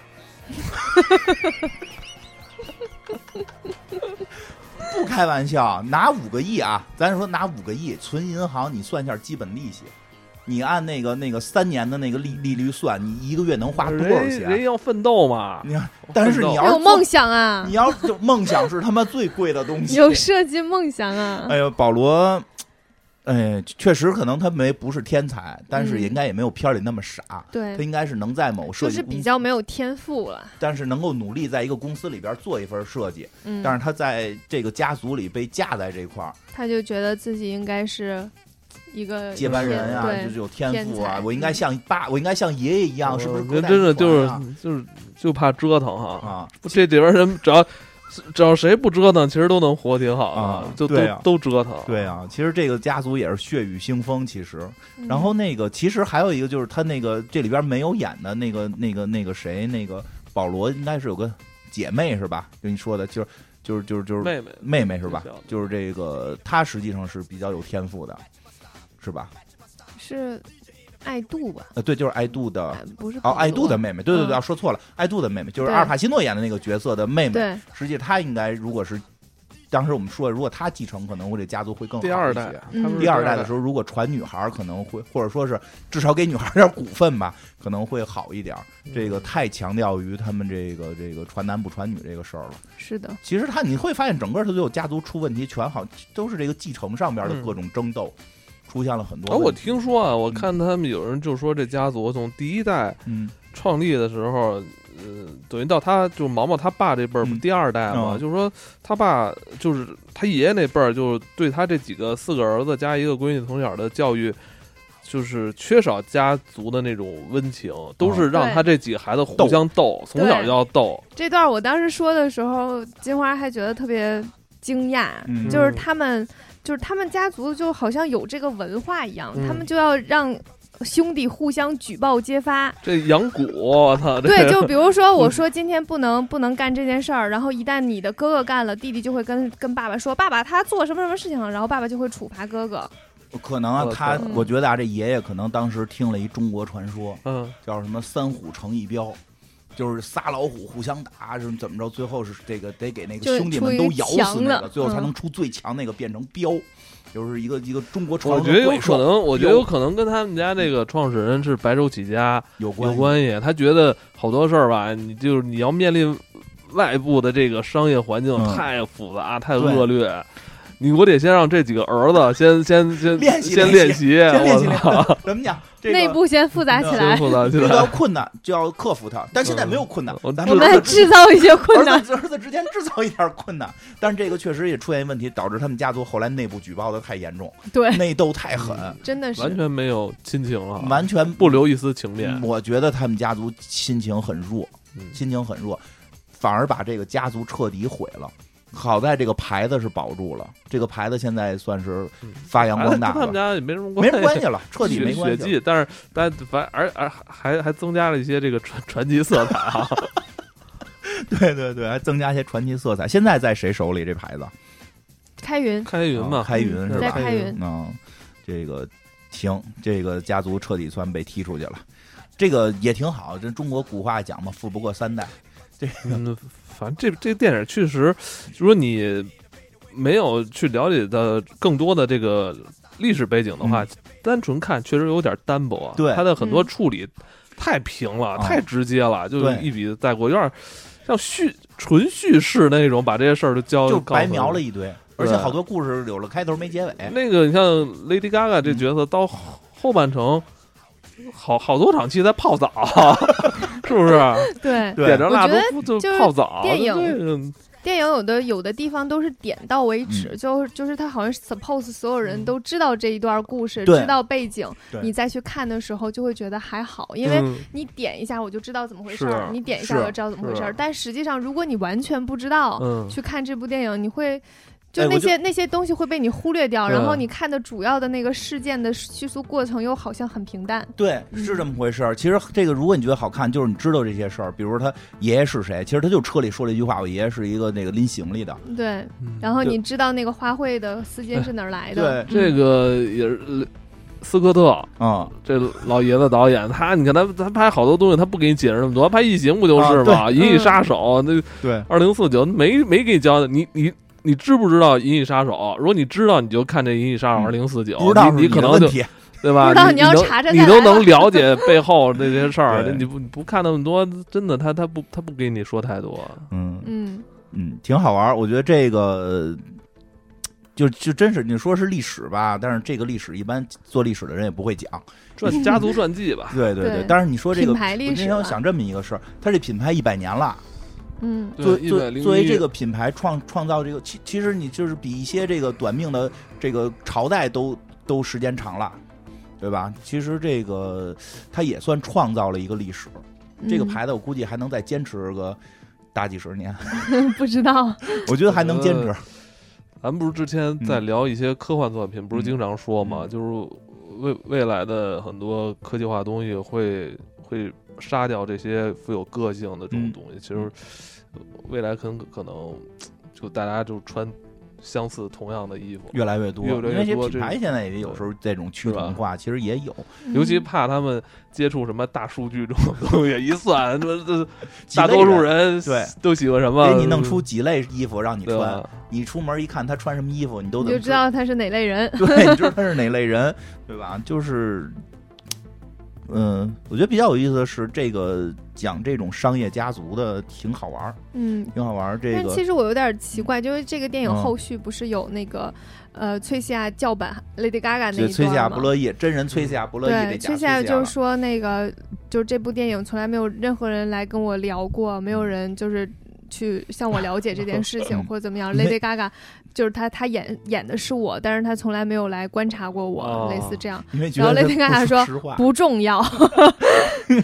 不开玩笑，拿五个亿啊，咱说拿五个亿存银行，你算一下基本利息，你按那个那个三年的那个利利率算，你一个月能花多少人人钱？啊要奋斗嘛，你看，但是你要有是梦想啊你，要就梦想是他妈最贵的东西。 有设计梦想啊。哎呀，保罗，哎，确实可能他没不是天才，但是嗯应该也没有片儿里那么傻。他对，应该是能在某设嗯就计是公司，比较没有天赋了。但是能够努力在一个公司里边做一份设计。嗯，但是他在这个家族里被架在这块儿，他就觉得自己应该是一个接班人啊，对就是有天赋啊天才，我应该像爸，我应该像爷爷一样，是不是我隔觉代得哦遗嗯真传啊？的就是就是就怕折腾哈。啊，这里边人只要只要谁不折腾，其实都能活挺好的，啊就都、对啊都折腾。对啊，其实这个家族也是血雨腥风，其实。嗯然后那个，其实还有一个就是他那个这里边没有演的那个那个那个谁，那个保罗应该是有个姐妹是吧？就你说的，就是就是就是就是妹妹妹妹是吧最小的？就是这个她实际上是比较有天赋的，是吧？嗯是爱杜吧？呃，对，就是爱杜的哎不是哦，保爱杜罗的妹妹，对对对，嗯啊说错了，爱杜的妹妹就是对阿尔帕西诺演的那个角色的妹妹。对，实际她应该如果是当时我们说，如果她继承，可能会这家族会更好第二一代些，他们是嗯第二代的时候，如果传女孩儿，可能会或者说是至少给女孩儿点儿股份吧，可能会好一点儿。这个太强调于他们这个这个传男不传女这个事儿了。是的，其实他你会发现，整个他最后家族出问题，全好都是这个继承上边的嗯各种争斗，出现了很多哎，问题。我听说啊，我看他们有人就说这家族从第一代嗯创立的时候，呃，等于到他就毛毛他爸这辈儿不嗯第二代嘛，嗯就是说他爸就是他爷爷那辈儿，就是对他这几个四个儿子加一个闺女从小的教育。就是缺少家族的那种温情，啊都是让对他这几个孩子互相斗，从小就要斗。这段我当时说的时候，金花还觉得特别惊讶，嗯就是他们，就是他们家族就好像有这个文化一样，嗯他们就要让兄弟互相举报揭发。这养蛊，我操！这对，就比如说我说今天不能不能干这件事儿，然后一旦你的哥哥干了，弟弟就会跟跟爸爸说，爸爸他做什么什么事情了，然后爸爸就会处罚哥哥。可能啊我，他操我觉得啊，这爷爷可能当时听了一中国传说，嗯，叫什么“三虎成一彪”，就是仨老虎互相打，是怎么着？最后是这个得给那就个是兄弟们都咬出一死个强那个，的最后才嗯能出最强那个变成彪，就是一个一个中国传我说觉得有怪可兽能，我觉得有有可能跟他们家那个创始人是白手起家有关有系关系。他觉得好多事儿吧，你就是你要面临外部的这个商业环境嗯太复杂、太对恶劣，你我得先让这几个儿子先先先练习先练练习，先练习我练操，怎么讲？这个内部先复杂起先来，复杂起遇到来。困难就要克服它，但现在没有困难嗯我，咱我知道们儿们子制造一些困儿难。子儿子之间制造一点困难，但是这个确实也出现问题，导致他们家族后来内部举报的太严重，对，内斗太狠，嗯真的是完全没有亲情了，完嗯全不留一丝情面。我觉得他们家族亲情很弱，嗯亲情很弱，反而把这个家族彻底毁了。好在这个牌子是保住了，这个牌子现在算是嗯发扬光大哎跟他们了，家也没什么没什关么关系了，彻底血没关血系了。迹，但是但反而而还还增加了一些这个传传奇色 彩啊。对对对，还增加一些传奇色彩。现在在谁手里？这牌子开云，开云嘛，啊开云是在吧？开云，嗯，这个停，这个家族彻底算被踢出去了，这个也挺好。这中国古话讲嘛，富不过三代。嗯，反正这这电影确实，如果你没有去了解的更多的这个历史背景的话，单纯看确实有点单薄啊。嗯对它的很多嗯处理太平了，啊太直接了，就对一笔带过，有点像叙纯叙事那种，把这些事儿都交就白描了一。一堆，而且对好多故事有了开头没结尾。那个你像 Lady Gaga 嗯这角色到后后半程。好好多场戏在泡 澡，是不是？对。对点着蜡我觉得烛就就是泡澡，电影这个电影有的有的地方都是点到为嗯止，就是就是他好像 suppose 所有人都知道这一段故事，对知道背景对，你再去看的时候就会觉得还好，因为嗯你点一下我就知道怎么回是事儿啊，你点一下是我就知道怎么回事是儿啊。但实际上，如果你完全不知道，嗯，去看这部电影，你会就哎我那就嗯些那些东西会被你忽略掉，对然后你看的主要的那个事件的叙述过程又好像很平淡。对，嗯是这么回事儿。其实这个，如果你觉得好看，就是你知道这些事儿，比如他爷爷是谁，其实他就车里说了一句话：“我爷爷是一个那个拎行李的。对，嗯然后嗯你知道那个花卉的丝哎巾是哪儿来的？这个也是呃斯科特嗯，这老爷子导演，他你看他他拍好多东西，他不给你解释那么多，他拍《异形》不就是吗？啊银嗯翼杀手》那对，二零四九没没给你交代，你你。你知不知道《银翼杀手》？如果你知道，你就看这《银翼杀手嗯二零四九》，不知道是你你可的能问就嗯题。对吧？不知道你要能查查你再都来能了解背后这些事 儿。对那你不你不看那么多，真的他他不他不给你说太 多。嗯嗯，嗯，挺好玩儿。我觉得这个就就真是你说是历史吧，但是这个历史一般做历史的人也不会讲。传家族传记吧， 对对对，对但是你说这品个。牌我历那史天吧我想这么一个事儿，它这品牌一百年了，嗯，作对作101作为这个品牌创创造这个，其其实你就是比一些这个短命的这个朝代都都时间长了，对吧？其实这个它也算创造了一个历史。这个嗯牌子我估计还能再坚持个大几十年， 不知道，我觉得还能坚持呃。咱们不是之前在聊一些科幻作品，不是经常说嘛，嗯就是未未来的很多科技化东西会会杀掉这些富有个性的这种东西。其实呃未来很可能就大家就穿相似同样的衣服，越来越多，越来越因为多这品牌现在也有时候这种趋同化，其实也有尤其嗯怕他们接触什么大数据这种东西，一算这这几类大多数人对都喜欢什么，给你弄出几类衣服让你对啊穿，吧？你出门一看他穿什么衣服，你都你能就知道他是哪类人。 对，你知道他是哪类人，对吧？就是，嗯，我觉得比较有意思的是，这个讲这种商业家族的挺好玩儿，嗯，挺好玩儿。这但个其实我有点奇怪，就是这个电影嗯后续不是有那个呃崔西亚叫板 Lady Gaga 那这一崔西亚段不吗？乐意，真人崔西亚不乐意，这对，假崔西西亚亚就了是说那个，就是这部电影从来没有任何人来跟我聊过，没有人就是去向我了解这件事情嗯或者怎么样。没 Lady Gaga 就是她，她演演的是我，但是她从来没有来观察过我，哦类似这样因为觉然后得雷霆他不卡卡说说实话，不重要。 嗯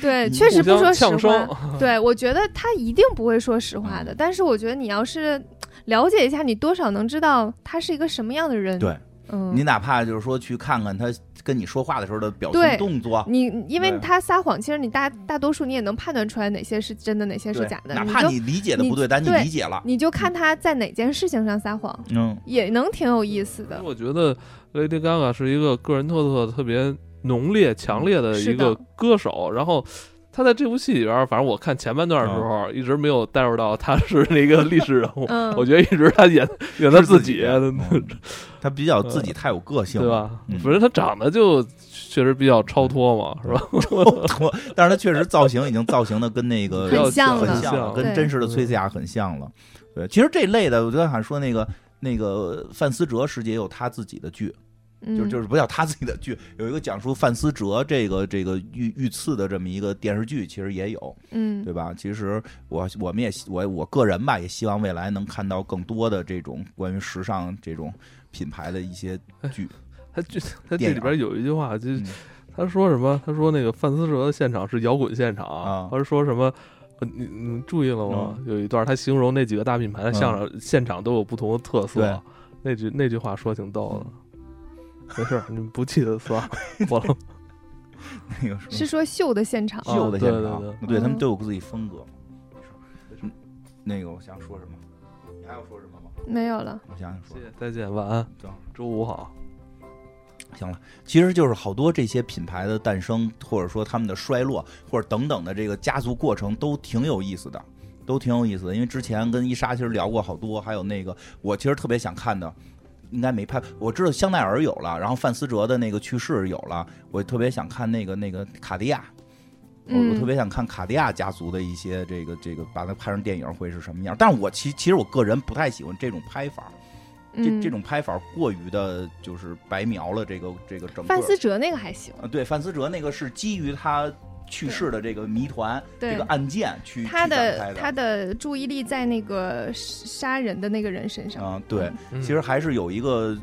对，确实互不相说实呛话呃声。，对，我觉得他一定不会说实话嗯的。但是我觉得你要是了解一下，你多少能知道他是一个什么样的人。对，嗯，你哪怕就是说去看看他跟你说话的时候的表情对动作，你因为对他撒谎，其实你大大多数你也能判断出来哪些是真的，哪些是对假，的。哪你怕就你理解的你不对，但你嗯对理解了，你就看他在哪件事情上撒谎，嗯，也能挺有意思其实的。我觉得 Lady Gaga 是一个个人特色特别浓烈、强烈的是一个的歌手，然后他在这部戏里边，反正我看前半段的时候，嗯一直没有带入到他是那个历史人物。嗯， 我觉得一直他演演他是自己，啊的嗯他比较自己太有个性对了，吧嗯？反正他长得就确实比较超脱嘛，是吧？脱 但是他确实造型已经造型的跟那个比较很像很了像了，像跟对真实的崔斯亚很像了。对，其实这类的，我觉得好像说那个那个范思哲师姐有他自己的剧，就嗯就是不叫他自己的剧，有一个讲述范思哲这个这个遇遇刺的这么一个电视剧，其实也有，嗯对吧？其实我我们也希我我个人吧，也希望未来能看到更多的这种关于时尚这种品牌的一些剧。他这他这电影里边有一句话，就是嗯他说什么？他说那个范思哲的现场是摇滚现场，啊嗯他是说什么？呃你你注意了吗？有一段他形容那几个大品牌的现场、现场都有不同的特对嗯色，那句那句话说挺逗的。没事儿，你们不记得 算了，我了。那个什么是说秀的现场，旧的啊现对场，对对他们都有自己风格。嗯那个我想说什么？你还要说什么吗？没有了。我想想说谢。谢，再见，晚安行，周五好。行了，其实就是好多这些品牌的诞生，或者说他们的衰落，或者等等的这个家族过程，都挺有意思的，都挺有意思的。因为之前跟伊莎其实聊过好多，还有那个我其实特别想看的，应该没拍。我知道香奈儿有了，然后范思哲的那个去世有了，我特别想看那个那个卡地亚，我我嗯特别想看卡地亚家族的一些这个这个，把它拍成电影会是什么样。但是我其其实我个人不太喜欢这种拍法，这嗯这种拍法过于的就是白描了这个这个整个范。思哲那个还行，啊，对，范思哲那个是基于他去世的这个谜团、这对个案件去他去展开的他的注意力在那个杀人的那个人身上。啊，对，嗯其实还是有一个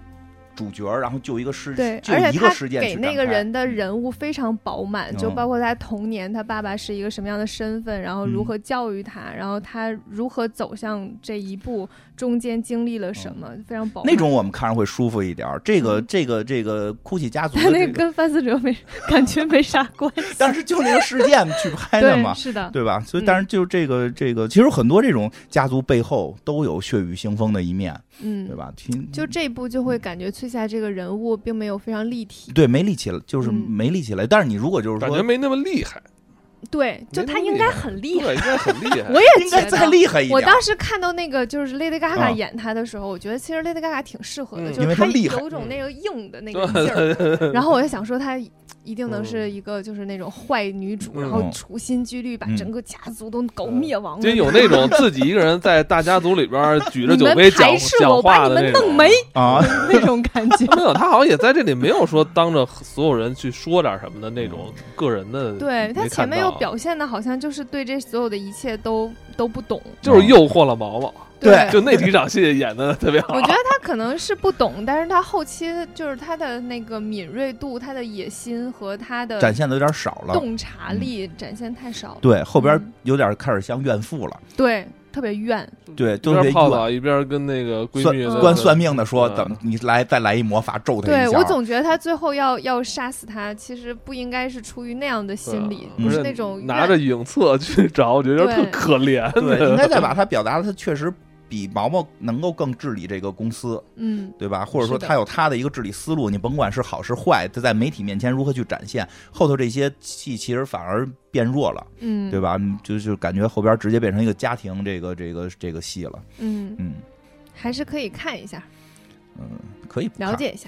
主角，然后就一个事，对，就而且一个他事件给去那展个开人的人物非常饱满，嗯就包括他童年，他爸爸是一个什么样的身份，然后如嗯何教育他，然后他如何走向这一步，中间经历了什么，非常饱哦满。那种我们看着会舒服一点儿。这个嗯这个这个哭泣家族的但那这个个，跟范思哲没 感觉没啥关系。但是就那个事件去拍的嘛对，，嗯是的，对吧？所以，当然就这个这个，其实很多这种家族背后都有血雨腥风的一面，对嗯，吧？听就这一步就会感觉崔夏这个人物并没有非常立体。对没力气了，就是嗯没力气了。但是你如果就是感觉说，没那么厉害，对，就没那他么应厉该害很厉害。对，应该很厉害 我。也啊应觉该得再厉害一点。我当时看到那个就是 Lady 啊 Gaga 演她的时候，我觉得其实 Lady Gaga 挺适合的，嗯就因为是她她厉害有种那个 硬的那个劲对儿。对对然后我就想说，她一定能嗯是一个就是那种坏女主，嗯然后处心积虑把嗯整个家族都搞灭亡就的。有那种自己一个人在大家族里边举着你酒们杯讲排斥讲我，把话你的们那种弄没啊， 那种感 觉。 没有，他好像也在这里没有说当着所有人去说点什么的那种个人的。嗯对她没前看面到又表现的好像就是对这所有的一切都都不懂，嗯就是诱惑了毛毛，对就那几场戏演的特别好。我觉得他可能是不懂，但是他后期就是他的那个敏锐度、他的野心和他的展现的有点少了。嗯洞察力展现太少了，对，后边嗯有点开始像怨妇了，对，特别怨，对，一特别边嗯泡怨。澡一边跟那个闺算蜜嗯关算命的说，嗯怎么你来再来一魔法咒他一对下？我总觉得他最后要要杀死他，其实不应该是出于那样的心理，嗯不不是是那种拿着怨影册去找，我觉得特对可怜对，应的。该 再把他表达的，他确实比毛毛能够更治理这个公司。嗯对吧？或者说是的他有他的一个治理思路，你甭管是好是坏，他在媒体面前如何去展现，后头这些戏其实反而变弱了，嗯，对吧？就就感觉后边直接变成一个家庭这个这个这个戏了，嗯，嗯还是可以看一下，嗯，可以不看了，解一下，